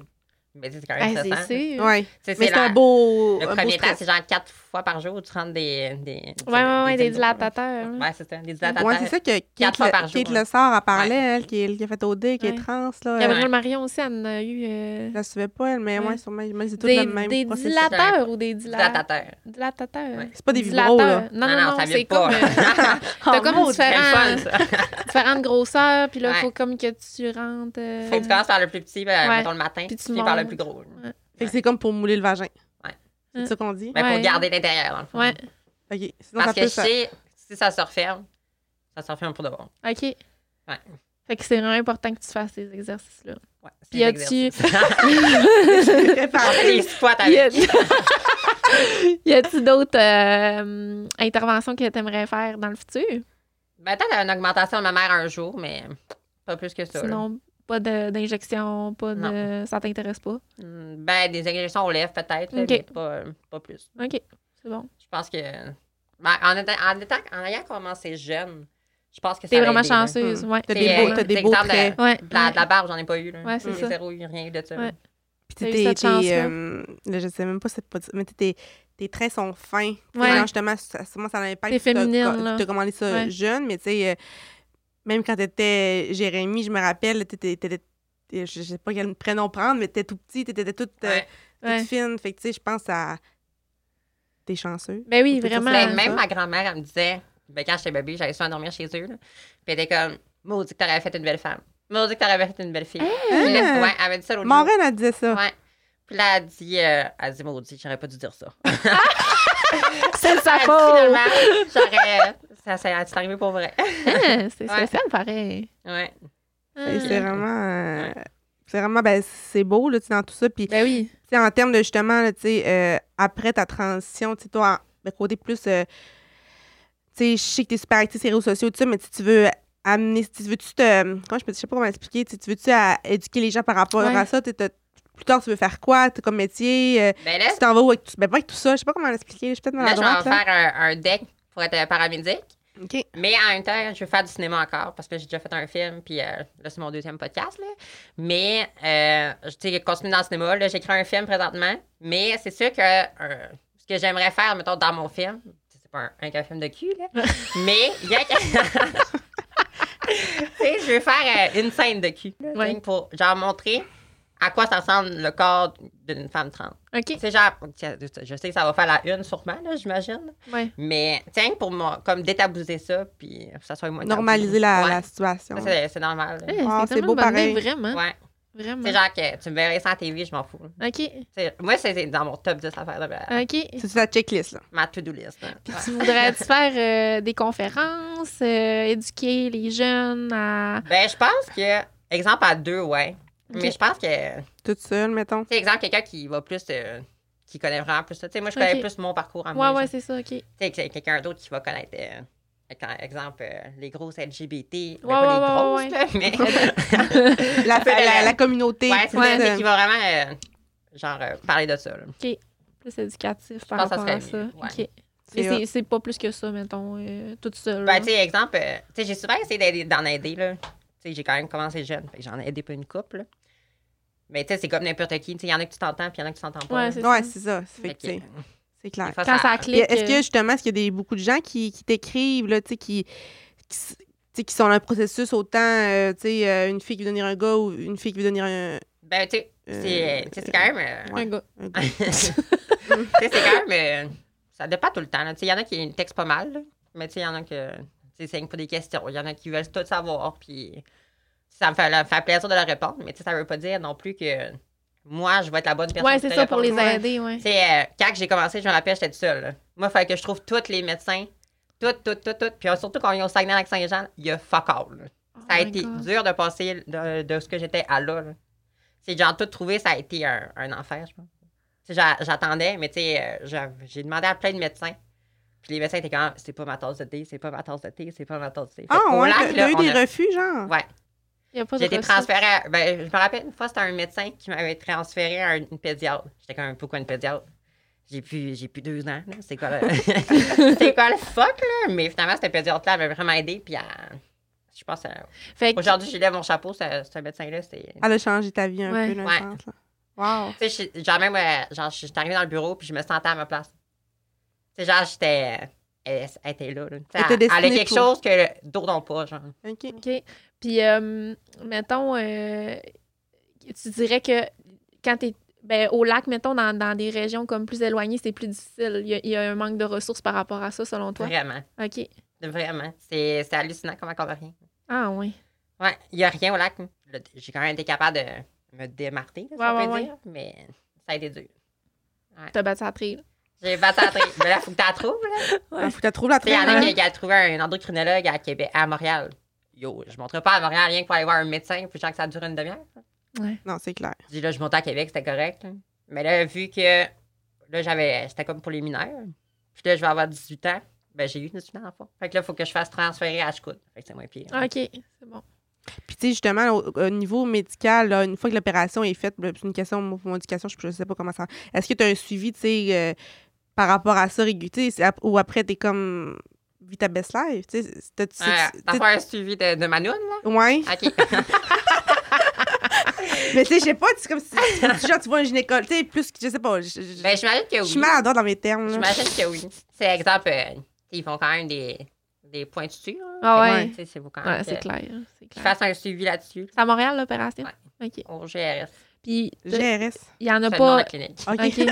C: Mais tu sais, c'est quand
B: Hey,
C: même stressant. Tu
B: c'est sûr.
A: Oui.
C: sais,
A: Ben, Mais
C: c'est
A: c'est un
C: la-
A: beau.
C: Le
A: un beau
C: premier temps,
A: stress.
C: c'est genre quatre fois par jour, tu rentres des. des
B: Ouais, ouais, ouais, des
C: dildos.
B: dilatateurs. hein. là.
C: Ouais, c'est ça, des dilatateurs.
A: Ouais, c'est ça que Kate,
C: fois
A: le,
C: par jour,
A: Kate
C: là.
A: Lessard a parlé, elle, qui, est- qui a fait OD, qui
B: Ouais.
A: est trans, là. Elle,
B: Gabrielle Marion aussi, elle en a eu. euh,
A: je la suivais pas, elle, mais
B: Ouais.
A: ouais, sûrement, mais c'est tout
B: des,
A: le même
B: des
A: processus.
B: dilateurs ou des dilateurs.
C: dilatateur.
B: Dilatateurs.
C: Ouais.
A: C'est pas des vibros, là. Oh
B: Dilateurs. Non, non, non,
C: ça vient
B: c'est comme. euh, T'as comme
C: C'est le fun,
B: différents,
C: ça.
B: différentes grosseurs, puis là,
C: Ouais.
B: faut comme que tu rentres. euh,
C: Faut que tu commences par le plus petit, ben,
B: Ouais.
C: mettons le matin,
B: Puis
C: puis
B: tu
C: tu finis par le
B: montes.
C: plus gros.
A: Fait que c'est comme pour mouler le vagin.
C: Ouais.
B: Mm.
A: C'est ça qu'on dit?
C: Mais
B: Ouais.
C: pour garder l'intérieur, dans le fond.
B: Ouais,
A: OK. Sinon, ça
C: Parce que
A: peut
C: je
A: ça.
C: sais, si ça se referme, ça se referme pour de bon.
B: OK. Fait que c'est vraiment important que tu fasses ces exercices-là.
C: Ouais, c'est
B: Puis y a-tu-
C: l'exercice. On fait des squats
B: Y a-
C: avec.
B: Y a-t-il d'autres euh, interventions que t'aimerais faire dans le futur?
C: Ben, attends, t'as une augmentation de ma mère un jour, mais pas plus que ça. là.
B: Sinon, pas de- d'injection, pas de. Ça t'intéresse pas?
C: Hmm, Ben, des injections aux lèvres, peut-être, là,
B: Ok.
C: mais pas, pas plus.
B: OK, c'est bon.
C: Je pense que. ben, en, étant, en, étant, en ayant commencé jeune, je pense que ça
B: T'es
C: va
B: vraiment
C: aider, là.
B: chanceuse, ouais.
A: T'as
C: C'est,
A: des beaux,
C: euh,
A: t'as des
C: c'est
A: beaux
C: exemple de-
A: traits.
B: Ouais.
C: De la, de la barbe, j'en ai pas eu. Là.
B: Ouais, c'est
C: J'ai
B: ça.
C: zéro, eu rien eu de ça.
B: Ouais.
A: Puis
B: T'as eu
A: t'es-
B: cette
A: t'es,
B: chance-là.
A: euh, là, je sais même pas, c'est pas mais t'es- tes, tes traits sont fins. Tu sais,
B: Ouais.
A: genre, justement, ça, sûrement, ça a un impact.
B: T'es
A: que t'as-
B: féminine,
A: que
B: là.
A: T'as commandé ça
B: Ouais.
A: jeune, mais tu sais, euh, même quand t'étais Jérémy, je me rappelle, t'étais, t'étais- t'étais- je sais pas quel prénom prendre, mais t'étais tout petit, t'étais toute, euh,
C: Ouais.
A: toute
B: Ouais.
A: fine. Fait que tu sais, je pense à. T'es chanceux.
B: Ben oui,
A: T'es
B: vraiment.
A: Ah,
C: Ben,
A: ça.
C: même ma grand-mère, elle me disait, ben, quand j'étais bébé, j'allais souvent dormir chez eux. là. Puis elle était comme, maudit que t'aurais fait une belle femme. Maudit que t'aurais fait une belle fille. Puis là, ouais, elle avait dit ça l'autre jour.
A: Maureen, elle disait ça.
C: Ouais. Puis là, elle dit, euh, elle dit, maudit, j'aurais pas dû dire ça.
B: C'est de sa
C: Elle dit,
B: faute.
C: finalement, j'aurais. Ça, ça- c'est arrivé pour vrai.
B: Hein, C'est
C: Ouais.
B: spécial, pareil.
C: Ouais.
A: Et
B: Hein.
A: C'est
C: Mm.
A: vraiment. euh, C'est vraiment, ben, c'est beau, là, tu sais, dans tout ça. Puis
B: Ben oui.
A: Tu sais, en termes de justement, là, tu sais, euh, après ta transition, tu sais, toi, en- le côté plus. euh, tu sais, je sais que t'es super active sur les réseaux sociaux, tout ça, mais si tu veux amener. Si tu veux-tu te. Comment je peux. Je sais pas comment expliquer. Tu sais, tu veux-tu à- éduquer les gens par rapport
B: Ouais.
A: à ça? Tu sais, t'as- plus tard, tu veux faire quoi? T'as comme métier? euh,
C: Ben là,
A: tu t'en vas où avec tout, ben, pas avec tout ça? Je sais pas comment l'expliquer. Je suis peut-être
C: là, je vais en
A: maladroite. Là.
C: faire un, un deck pour être paramédic.
A: OK.
C: Mais en même temps, je veux faire du cinéma encore parce que j'ai déjà fait un film, puis euh, là, c'est mon deuxième podcast. Là. Mais, euh, je tu sais, continuer dans le cinéma. Là, j'écris un film présentement, mais c'est sûr que euh, ce que j'aimerais faire, mettons, dans mon film, c'est pas un, un qu'un film de cul, là, mais il y a. que- Tu sais, je veux faire euh, une scène de cul là,
B: Ouais.
C: pour genre montrer à quoi ça ressemble le corps d'une femme trans.
B: OK.
C: Tu sais, genre, je sais que ça va faire la une sûrement, là, j'imagine.
B: Ouais.
C: Mais tiens, pour moi, comme détabouser ça, puis que ça soit moins tabou.
A: Normaliser la,
C: Ouais.
A: la situation.
C: Ça, C'est, c'est normal. là.
B: Hein,
A: Ah,
B: c'est
A: c'est
B: tellement
A: beau
B: une bonne idée,
A: pareil.
B: Vraiment.
C: Ouais.
B: Vraiment.
C: C'est genre que tu me verrais sans TV, je m'en fous. là.
B: OK.
C: Tu sais, moi, c'est c'est dans mon top 10 affaires, là,
B: OK.
A: C'est ta checklist, là.
C: ma to-do list. là.
B: Puis tu voudrais-tu faire euh, des conférences, euh, éduquer les jeunes à...
C: Ben, je pense que, exemple à deux, ouais. Mais
B: Ok.
C: je pense que, tu
A: Toute seule, mettons.
C: sais, exemple, quelqu'un qui va plus, euh, qui connaît vraiment plus ça. Tu sais, moi, je connais
B: Ok.
C: plus mon parcours à
B: Ouais,
C: moi.
B: ouais,
C: genre.
B: c'est ça, OK.
C: Tu sais, que c'est quelqu'un d'autre qui va connaître, euh, quand- exemple, euh, les grosses LGBT. ben,
B: Ouais,
C: pas les
B: ouais, ouais,
C: grosses,
B: ouais.
C: là, mais.
A: La, la, la communauté.
C: Ouais, c'est
A: Ouais.
C: ça, c'est qui va vraiment, euh, genre, euh, parler de ça. là.
B: Plus éducatif par
C: pense que ça
B: rapport à ça.
C: serait mieux,
B: OK.
A: C'est
B: Mais
A: hot.
B: c'est- c'est pas plus que ça, mettons, euh, toute seule.
C: Ben,
B: là.
C: tu sais, exemple, euh, tu sais, j'ai souvent essayé d'aider- d'en aider, là. Tu sais, j'ai quand même commencé jeune, fait que j'en ai aidé pas une couple, là. Mais tu sais, c'est comme n'importe qui. Tu sais, il y en a que tu t'entends, puis il y en a que tu t'entends pas.
B: Ouais,
C: là.
B: c'est
A: Ouais,
B: ça.
A: c'est ça. C'est fait
C: Fait
A: que,
C: que,
A: tu sais,
C: euh,
A: c'est clair.
C: des fois,
B: Quand ça
A: Puis
B: clique.
A: Est-ce que
B: euh,
A: justement, est-ce qu'il y a des, beaucoup de gens qui, qui t'écrivent, là, tu sais, qui, qui, s- tu sais, qui sont dans un processus autant, euh, tu sais, euh, une fille qui veut devenir un gars ou une fille qui veut devenir un,
C: Ben, tu sais, c'est tu sais, c'est quand même. euh,
A: Ouais.
B: Un gars.
C: tu sais, c'est quand même. euh, ça dépend tout le temps. là. Tu sais, il y en a qui textent pas mal, là, mais tu sais, il y en a que. Tu sais, c'est rien que pour des questions. Il y en a qui veulent tout savoir, puis ça me fait, leur- fait plaisir de leur répondre, mais tu sais, ça veut pas dire non plus que moi, je vais être la bonne personne.
B: Ouais,
C: te
B: c'est ça, pour les
C: répondre.
B: aider, ouais.
C: Tu sais, euh, quand j'ai commencé, je me rappelle, j'étais toute seule. là. Moi, il fallait que je trouve tous les médecins, tout, tout, tout, tout. Puis euh, surtout quand ils ont Saguenay avec Saint-Jean, il y a fuck all. là. Ça a
B: Oh my
C: été
B: God.
C: dur de passer de, de ce que j'étais à là. là. C'est genre tout trouver, ça a été un, un enfer, je pense. Tu sais, j'a- J'attendais, mais tu sais, euh, j'a- j'ai demandé à plein de médecins. Puis les médecins étaient comme, Ah, c'est pas ma tasse de thé, c'est pas ma tasse de thé, c'est pas ma tasse de thé. Fait
A: Ah,
C: qu'au
A: ouais,
C: lac,
A: t'as-
C: là,
A: t'as eu
C: on
A: des
C: a-
A: refus, genre?
C: Ouais.
B: Il y a pas de
C: J'ai été
B: ressources.
C: transférée. à- ben, je me rappelle une fois, c'était un médecin qui m'avait transférée à une pédiatre. J'étais comme, pourquoi une pédiatre? J'ai plus, j'ai plus deux ans. là. C'est quoi, le... c'est quoi le fuck, là? Mais finalement, cette pédiatre-là, elle m'a vraiment aidée. Puis, elle- je pense, elle-
B: Fait que-
C: aujourd'hui, je lève mon chapeau, ce, ce médecin-là. C'est...
A: Elle a changé ta vie un
B: Ouais.
A: peu, dans
C: Ouais.
A: le sens, là. Wow.
C: Tu sais, je- genre, même, euh, genre, je suis arrivée dans le bureau, puis je me sentais à ma place. Tu sais, genre, j'étais. euh, Elle, elle était là. là. Tu sais,
A: Elle était
C: Elle, elle a
A: destinée
C: quelque
A: pour.
C: chose que d'autres n'ont pas, genre.
A: OK.
B: OK. Puis, euh, mettons, euh, tu dirais que quand tu es au lac, mettons, dans, dans des régions comme plus éloignées, c'est plus difficile. Il y, a, il y a un manque de ressources par rapport à ça, selon toi.
C: Vraiment.
B: OK.
C: Vraiment. C'est, c'est hallucinant comment on n'a rien.
B: Ah, oui.
C: Ouais, il n'y a rien au lac. Là, J'ai quand même été capable de me démarter, là, si
B: Ouais,
C: on peut
B: ouais,
C: dire, mais ça a été dur.
B: Tu as battu après. là.
C: J'ai battu la tri- Mais là, faut que tu la trouves. là.
A: Ah, faut que tu trouves la hein?
C: Tu sais, Il y en
A: trame.
C: a qui, qui a trouvé un endocrinologue à Québec, à Montréal. Yo, je ne monterai pas à Montréal rien que pour aller voir un médecin, puis genre que ça dure une demi-heure.
A: Non, c'est clair.
C: Je dis là, je montais à Québec, c'était correct. là. Mais là, vu que là, j'avais. C'était comme pour les mineurs. Puis là, je vais avoir 18 ans. Ben, j'ai eu 18 ans, en fait. Fait que là, il faut que je fasse transférer à Chicout. Fait que c'est moins pire.
B: OK. C'est bon.
A: Puis, tu sais, justement, au, au niveau médical, là, une fois que l'opération est faite, là, c'est une question, moi, pour mon éducation, je ne sais pas comment ça. Est-ce que tu as un suivi, tu sais, euh, par rapport à ça régulier? tu sais, c'est ap- Ou après, tu es comme. Vis ta best life, tu sais. c'est- t'as-
C: Ouais,
A: c'est-
C: T'as fait un suivi de, de Manoune, là?
A: t'as- Ouais.
C: OK.
A: Mais, tu sais, je sais pas, c'est comme si. si, Genre, tu vois un gynécologue, tu sais, plus. que- Je sais pas. Je je-
C: ben, j'imagine que
A: je
C: oui.
A: suis maladroite dans mes termes. là.
C: J'imagine que oui. C'est exemple, euh, ils font quand même des, des points de suture. là.
B: Ah
C: Fait que,
B: ouais.
C: tu sais, C'est faut quand même
B: Ouais, c'est
C: que-
B: clair. hein. C'est
C: qu'ils
B: clair.
C: fassent un suivi là-dessus, là,
B: C'est à Montréal, l'opération? OK.
C: au GRS.
B: Puis, il
A: GRS.
B: y en a
C: seulement dans
B: pas.
C: la clinique.
A: OK.
B: OK. Puis,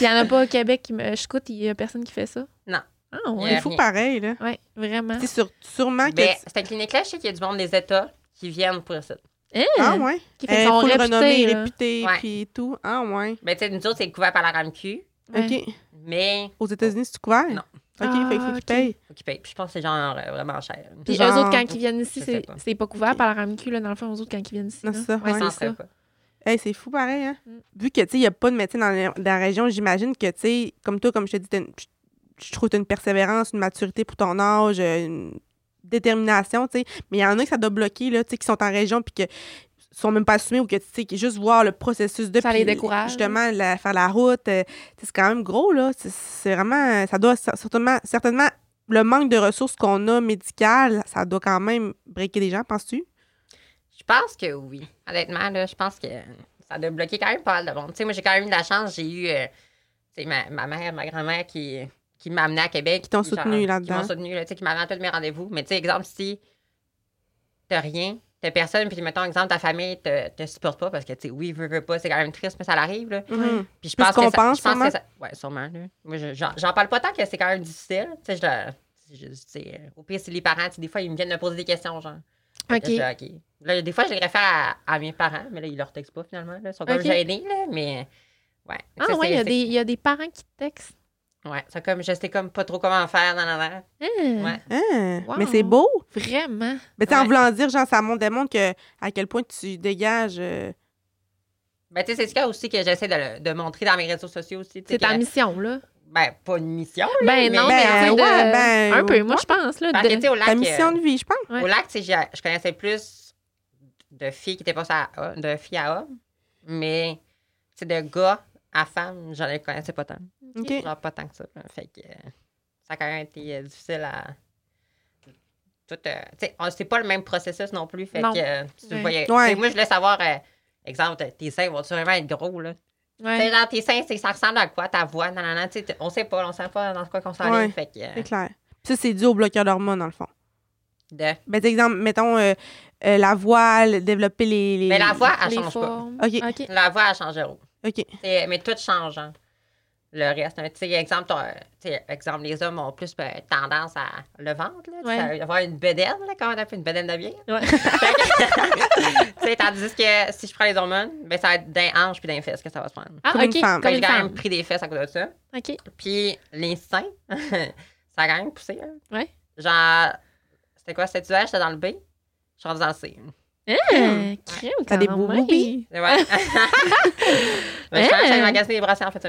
B: il y en a pas au Québec. qui me- Je coûte, il y a personne qui fait ça.
C: Non.
B: Ah,
A: Il
B: ouais.
C: Yeah.
A: faut pareil, là.
B: Ouais, vraiment.
A: Tu sais, sur- sûrement que.
C: Mais cette clinique-là, je sais qu'il y a du monde des États qui viennent pour ça.
B: Hein?
A: Ah, ouais.
B: Qui
A: Eh,
B: fait son
A: faut le renommer,
B: réputé. là.
A: réputé,
C: Ouais.
A: puis tout. Ah, ouais.
C: Mais tu sais, nous autres, c'est couvert par la RAMQ,
B: Ouais.
A: OK.
C: mais
A: Aux États-Unis, c'est couvert?
C: Non.
A: OK, fait qu'il
B: Ah,
A: faut
B: ok.
A: qu'ils payent.
C: faut qu'ils payent. Puis je pense que c'est genre euh, vraiment cher.
B: Puis
A: Genre-
B: eux autres, quand ils viennent ici,
C: Je sais
B: c'est
C: pas.
B: c'est pas couvert
A: Ok.
B: par la RAMQ, là, dans le fond, eux autres, quand ils viennent ici.
A: Non,
B: là.
A: c'est ça, ouais.
B: Ouais, c'est
C: Sans
B: ça.
C: frais, quoi.
A: Hey, c'est fou pareil, hein?
B: Mm.
A: Vu que, tu sais, il n'y a pas de médecin dans, la- dans la région, j'imagine que, tu sais, comme toi, comme je te dis, t'as une- je- je trouve que tu as une persévérance, une maturité pour ton âge, euh, une détermination, tu sais. Mais il y en a que ça doit bloquer, là, tu sais, qui sont en région puis que sont même pas assumés ou que, tu sais, qui juste voir le processus de...
B: Ça les
A: puis,
B: décourage. hein?
A: Justement, la- faire la route, euh, tu sais, c'est quand même gros, là. C'est- C'est vraiment... Ça doit cer- certainement... certainement le manque de ressources qu'on a médicales, ça doit quand même briquer des gens, penses-tu?
C: Je pense que oui. Honnêtement, là, je pense que ça doit bloquer quand même pas mal de monde. Tu sais, moi, j'ai quand même eu de la chance. J'ai eu euh, tu sais, ma, ma mère, ma grand-mère qui, qui m'a amenée à Québec.
A: Qui t'ont
C: Genre,
A: soutenue là-dedans.
C: Qui m'ont soutenue, là, tu sais, qui m'a amenée à tous mes rendez-vous. Mais tu sais, exemple, si t'as rien, t'as personne, puis mettons, exemple, ta famille te, te supporte pas parce que, tu sais, oui, veux, veux pas, c'est quand même triste, mais ça l'arrive, là.
A: Mhm.
C: Puis je
A: Plus
C: pense que
A: qu'on
C: ça,
A: pense,
C: je pense
A: sûrement.
C: que ça- ouais, sûrement. là. Moi, je- j'en j'en parle pas tant que c'est quand même difficile. Tu sais, je le- je- je- c'est- au pire, c'est les parents. tu sais, Des fois, ils me viennent me poser des questions, genre. Fait que
B: OK.
C: je dis, OK. Là, des fois, je les réfère à, à mes parents, mais là, ils leur textent pas finalement. Là. Ils sont comme
B: OK.
C: gênés, là, mais ouais.
B: Ah,
C: Ça,
B: ouais, il y, a
C: c'est-
B: des- il y a des parents qui textent.
C: c'est- Ouais, ça comme, je sais comme pas trop comment faire, dans la
B: Hein,
C: Ouais.
A: Hein?
B: Wow.
A: Mais c'est beau!
B: Vraiment.
A: Mais tu sais, en
C: Ouais.
A: voulant dire, genre, ça montre, démontre que à quel point tu dégages. euh,
C: Ben, tu sais, c'est ce cas aussi que j'essaie de, le- de montrer dans mes réseaux sociaux aussi. tu sais,
B: C'est ta
C: que-
B: mission, là.
C: Ben, pas une mission. là,
B: Ben
C: mais-
B: non,
A: Ben,
B: mais tu sais, de-
A: ouais, ben,
B: un peu, moi, je pense. Là,
C: Parce que,
B: de-
C: tu sais, au
A: ta
C: lac,
A: mission
C: euh,
A: de vie, je pense.
B: Ouais.
C: au lac, tu sais, j'ai- je connaissais plus de filles qui étaient passées à homme- de filles à hommes, mais, tu sais, de gars à femmes, j'en connaissais pas tant.
A: OK.
C: Genre Ah, pas tant que ça. là. Fait que euh, ça a quand même été euh, difficile à. Tout. euh, tu sais, on- c'est pas le même processus non plus. Fait
B: Non.
C: que euh, tu
B: Ouais.
C: voyais.
A: Ouais.
C: tu sais, Moi, je voulais savoir, euh, exemple, euh, tes seins vont-tu vraiment être gros, là?
B: Ouais.
C: Tu sais, genre, tes seins, c'est- ça ressemble à quoi ta voix? Non, non, non. Tu sais, t- on sait pas, on sait pas dans quoi qu'on s'en
A: Ouais.
C: Fait que. euh,
A: C'est clair. Puis ça, c'est dû au bloqueur d'hormones, dans le fond.
C: de-
A: Ben, t'sais, exemple, mettons, euh, euh, la voile, développer les. les-
C: Mais la voix, elle
B: les
C: change
B: formes.
A: OK.
B: OK.
C: pas. La voix, elle change zéro.
A: OK.
C: T'sais, mais tout change. hein. Le reste, hein. T'sais, exemple, t'as- t'sais, exemple, les hommes ont plus euh, tendance à le ventre, là,
B: Ouais.
C: T'sais, avoir une bedaine, là, comment on appelle une bedaine de bière.
B: Ouais.
C: T'sais, tandis que si je prends les hormones, ben, ça va être d'un hanche puis d'un fesse que ça va se prendre.
B: Ah,
A: Comme une
B: OK,
A: femme.
B: comme
C: Ben,
B: une
C: j'ai quand
B: femme.
C: même pris des fesses à cause de ça.
B: OK.
C: Puis les seins, ça a quand même poussé. hein.
B: Ouais.
C: Genre, c'était quoi, cet hiver, j'étais dans le B, je suis rendue dans le C.
B: Hein, crème,
A: T'as des
B: quand
A: beaux
B: même.
A: boobies.
C: Ouais. Mais je pense que
B: Hein?
C: j'allais magasiner des brassières en fait.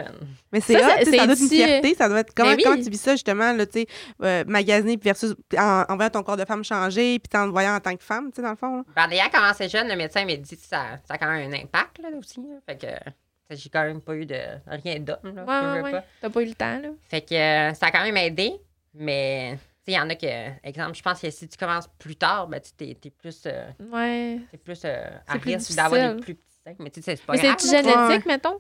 A: Mais c'est
B: Ça,
A: hot,
B: c'est-
A: tu sais, ça
B: c'est
A: doit être une
B: d'ici,
A: fierté, ça doit être comment,
B: Mais oui.
A: comment tu vis ça justement là, tu sais, euh, magasiner puis versus en, en voyant ton corps de femme changer puis t'en voyant en tant que femme, tu sais dans le fond. là.
C: Ben, d'ailleurs, quand c'est jeune, le médecin m'a dit que ça, ça a quand même un impact là, aussi. là. Fait que euh, j'ai quand même pas eu de rien d'homme. là,
B: Ouais,
C: je
B: ouais,
C: veux
B: ouais.
C: pas.
B: T'as pas eu le temps, là.
C: Fait que euh, ça a quand même aidé, mais tu sais, il y en a que, exemple, je pense que si tu commences plus tard, ben, tu t'es, t'es plus, euh,
B: Ouais.
C: t'es plus euh, à
B: C'est plus
C: risque d'avoir des
B: difficile.
C: plus petits seins. Mais tu sais, c'est pas
B: Mais
C: grave.
B: c'est-tu
C: là.
B: génétique, mettons?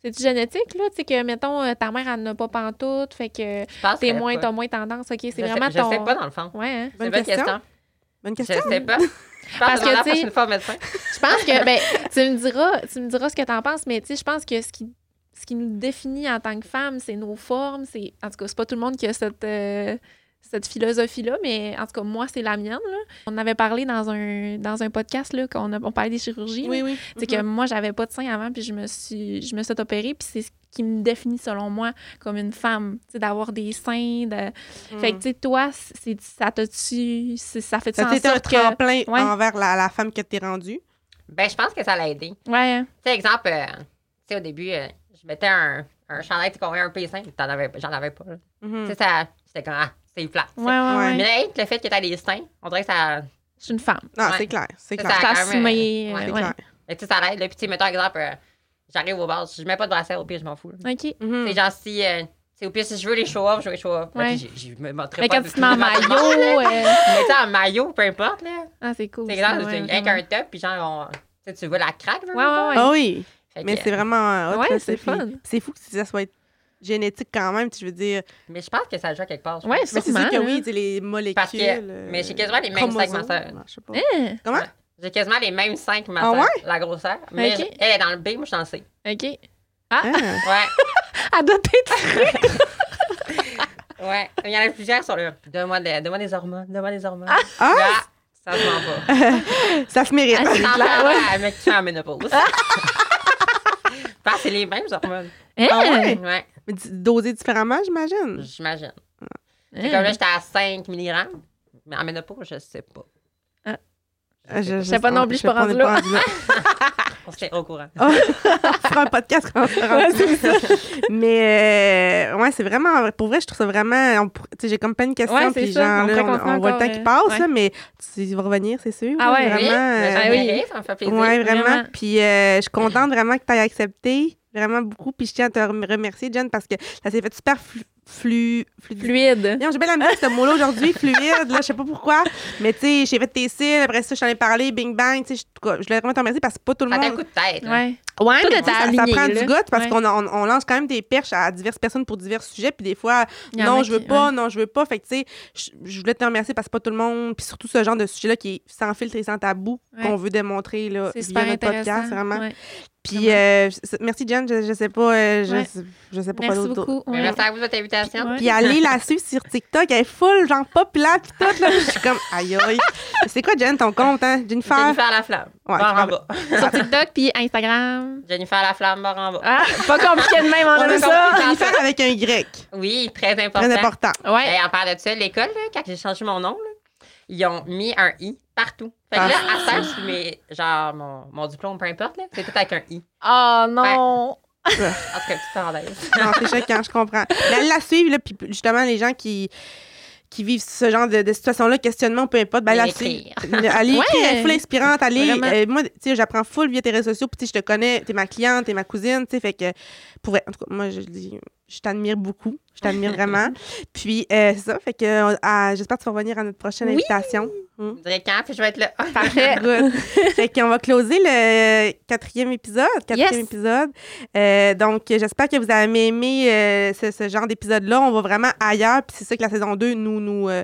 B: C'est-tu génétique, là? Tu sais que, mettons, euh, ta mère, elle n'a pas pantoute, fait que
C: Je pense
B: t'es
C: que
B: moins,
C: pas.
B: t'as moins tendance. OK, c'est
C: Je sais-
B: vraiment
C: Je
B: ton...
C: sais pas, dans le fond.
B: Ouais, hein?
C: C'est
A: Bonne
C: une bonne
A: question.
C: question.
A: Bonne
C: Je
A: question.
C: sais pas. Je pense que
B: que,
C: la
B: tu sais-
C: prochaine fois au médecin.
B: Je pense que, ben, tu me diras, tu me diras ce que t'en penses, mais tu sais, je pense que ce qui, ce qui nous définit en tant que femme, c'est nos formes, c'est... En tout cas, c'est pas tout le monde qui a cette... euh, cette philosophie-là, mais en tout cas, moi, c'est la mienne. là. On avait parlé dans un, dans un podcast, là, qu'on a- on parlait des chirurgies. là.
A: Oui oui.
B: C'est
C: Mm-hmm.
A: Mhm.
B: que moi, j'avais pas de sein avant, puis je me suis, je me suis opérée, puis c'est ce qui me définit, selon moi, comme une femme. Tu sais, d'avoir des seins. de-
A: Mm-hmm,
B: Fait
C: Mm.
B: que, tu sais, toi, c'est, ça t'a-tu. c'est- Ça fait-tu
A: ça
B: en
A: t'est un
B: sorte que.
A: tremplin
B: Ouais.
A: envers la, la femme que t'es rendue.
C: Ben, je pense que ça l'a aidé.
B: Ouais. hein.
C: Tu sais, exemple, euh, tu sais, au début, euh, je mettais un, un chandail qui couvrait un P5, t'en avais, j'en avais pas. là. Tu
A: Mhm.
C: sais, ça, c'était comme, ah, c'est plat.
B: Hmm. Ouais, ouais, ouais.
C: Mais là, hey, le fait que t'as des seins, on dirait que ça,
B: Je suis une femme.
A: Non,
C: Ouais.
A: c'est clair, c'est
C: Ça,
A: clair.
C: ça-
B: Ça
C: quand même,
B: assumé.
C: Ah, ouais,
B: euh,
A: C'est
B: ouais.
A: clair.
C: mais tu sais, ça l'aide. là. Puis, tu sais, mettons, exemple, euh, j'arrive au bar, je mets pas de brassière au pire, je m'en fous. là.
B: OK.
A: Mhm.
C: Tu sais, genre, si, euh, tu sais, au pire, si je veux les show-off, je veux les show-off. Ben,
B: Ouais.
C: tu sais, j'ai- Je me montrerai
B: Mais
C: pas.
B: quand tu te mets en
C: devant tout le monde,
B: maillot. euh,
C: là. Mais tu sais, en maillot, peu importe, là.
B: Ah, c'est cool.
C: C'est
B: ça,
C: exemple,
B: ouais,
C: c'est avec
B: vraiment.
C: un top, puis genre, on- tu sais, tu veux la craque, veux,
B: Ouais,
C: veux pas.
B: ouais, ouais.
A: Ah oui,
C: Fait que,
A: mais c'est vraiment euh, hot,
B: Ouais,
A: là,
B: c'est
A: ça, puis
B: fun.
A: C'est fou que ça soit génétique quand même, tu veux dire.
C: mais je pense que ça joue à quelque part. je
B: Ouais,
C: pense.
A: Mais c'est sûr
B: Sûrement,
A: que
B: là.
A: oui, tu sais, les molécules. euh,
C: Parce que- mais j'ai quasiment les mêmes
A: chromosomes,
C: segmentaires.
A: je sais pas.
B: Hein?
A: Comment?
C: J'ai quasiment les mêmes seins que ma
A: Ah
C: soeur,
A: ouais?
C: la grosseur. Mais
B: Ok.
C: elle est dans le B, moi je suis dans le C.
B: Hein? OK.
A: Ah.
C: Ouais,
B: À doter de
C: ouais. Il y en a plusieurs sur le. Donne-moi des, donne-moi des hormones, donne-moi des hormones.
A: Ah,
C: Là, ça se vend pas.
A: ça se mérite.
B: Ah, c'est
C: T'en
B: clair, ouais.
C: parles à un mec qui fait en ménopause. Parce que c'est les mêmes hormones.
B: Hein?
A: Ah ouais?
C: Ouais,
A: Mais d- dosé différemment, j'imagine.
C: j'imagine. C'est comme là,
B: Hein?
C: j'étais à 5 mg. Mais en ménopause, je sais pas.
A: Ah,
C: Je
B: sais pas non plus, je suis pas
A: on est
B: rendue là.
A: rendu là.
C: On se tient au courant.
A: On fera un podcast quand on sera rendu là. Mais euh, ouais, c'est vraiment. Pour vrai, je trouve ça vraiment. on pour- tu sais, J'ai comme plein de questions.
B: Ouais, c'est
A: puis
B: ça,
A: genre,
B: on
A: là,
B: pourrait
A: on, on
B: continuer
A: voit le
B: encore,
A: temps qui
B: euh,
A: passe,
B: ouais.
A: là, mais tu vas revenir, c'est sûr.
B: Ah ouais,
A: vraiment.
C: Oui,
A: euh,
C: mais
B: Ah oui.
C: j'aimerais, ça me fait plaisir.
A: Ouais, vraiment.
B: Vraiment.
A: Puis euh, je suis contente vraiment que tu aies accepté. Vraiment beaucoup. Puis je tiens à te rem- remercier, Jen, parce que ça s'est fait super flu. flu, flu-
B: Fluide.
A: Non, j'ai bien la misère avec ce mot-là aujourd'hui, fluide, là, je sais pas pourquoi. Mais tu sais, j'ai fait tes cils, après ça, je t'en ai parlé, bing bang. Tu sais, je- en tout cas, je voulais vraiment te remercier parce que pas tout le
C: Ça t'a un
A: monde.
C: coup de tête. hein. là.
B: Ouais.
A: Ouais,
B: Tout
A: mais
B: était
A: ça, ça
B: aligné,
A: prend
B: Hein, là.
A: du goût parce
B: Ouais.
A: qu'on on, on lance quand même des perches à diverses personnes pour divers sujets. Puis des fois,
B: Il y en
A: non,
B: a
A: je veux
B: qui-
A: pas, non, je veux pas. Fait que, tu sais, je- je voulais te remercier parce que pas tout le monde, puis surtout ce genre de sujet-là qui est sans filtre et sans tabou
B: Ouais.
A: qu'on veut démontrer, là,
B: C'est
A: via
B: super
A: notre
B: intéressant.
A: podcast, vraiment.
B: ouais.
A: Puis,
B: Vraiment.
A: euh, c'est- merci, Jen. Je, je sais pas, euh, je,
B: Ouais.
A: je sais pas quoi
B: Merci
A: d'autre.
B: beaucoup.
C: Mais
B: ouais.
C: Merci à vous de votre invitation.
B: Ouais.
A: Puis aller la suivre sur TikTok, elle est full, genre populaire, pis tout, là. Puis je suis comme, aïe, aïe. C'est quoi, Jen, ton compte, hein? Jennifer?
C: Jennifer la flamme.
A: Ouais,
B: Ah,
C: barre en
A: tu
C: bas.
B: Sur TikTok puis Instagram.
C: Jennifer la flamme, barre en bas.
B: Ah, pas compliqué de même, on
A: On
B: aime
A: a
B: ça.
A: compris, Jennifer avec un Y.
C: Oui, très important.
A: Très important.
B: Ouais.
C: Hey, en parlant de ça, l'école, là, quand j'ai changé mon nom, là, ils ont mis un I partout. Fait que là, à ça, je mets, genre, mon, mon diplôme, peu importe, là, c'est tout avec un I.
B: Oh non.
C: En tout cas, petite parenthèse.
A: Non, c'est choquant, je comprends. Mais allez la suivre, là, puis justement, les gens qui qui vivent ce genre de, de situation-là, questionnement, peu importe, ben,
C: Et
A: la
C: l'écrire.
A: suivre. Elle est écrire, elle est full inspirante. Elle est-
B: Vraiment.
A: euh, moi, tu sais, j'apprends full via tes réseaux sociaux, puis tu sais, je te connais, t'es ma cliente, t'es ma cousine, tu sais, fait que, pour vrai, en tout cas, moi, je dis, je t'admire beaucoup, je t'admire vraiment. Puis, euh, c'est ça, fait que, euh, à- j'espère que tu vas revenir à notre prochaine
B: Oui.
A: invitation.
C: Je dirais quand, puis je vais être là.
A: Parfait. fait qu'on va closer le quatrième épisode. Quatrième
B: Yes.
A: épisode. Euh, donc, j'espère que vous avez aimé euh, ce, ce genre d'épisode-là. On va vraiment ailleurs. Puis c'est ça que la saison 2 nous, nous euh,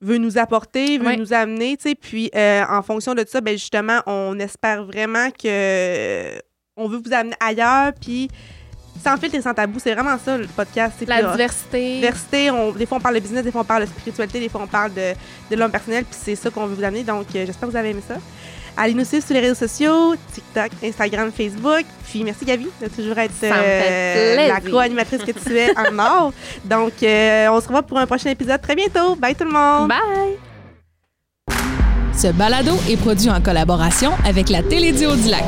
A: veut nous apporter, veut
B: Ouais.
A: nous amener, tu sais. Puis euh, en fonction de ça, ben justement, on espère vraiment que euh, on veut vous amener ailleurs, puis sans filtre et sans tabou, c'est vraiment ça le podcast. c'est
B: La
A: que, euh,
B: diversité.
A: diversité, on- des fois on parle de business, des fois on parle de spiritualité, des fois on parle de, de l'homme personnel, puis c'est ça qu'on veut vous amener. Donc euh, j'espère que vous avez aimé ça. Allez nous suivre sur les réseaux sociaux, TikTok, Instagram, Facebook. Puis merci Gabi de toujours être euh,
B: Ça me fait
A: la
B: plaisir.
A: co-animatrice que tu es en or. Donc euh, on se revoit pour un prochain épisode très bientôt. Bye tout le monde.
B: Bye!
D: Ce balado est produit en collaboration avec la Télédio du Lac.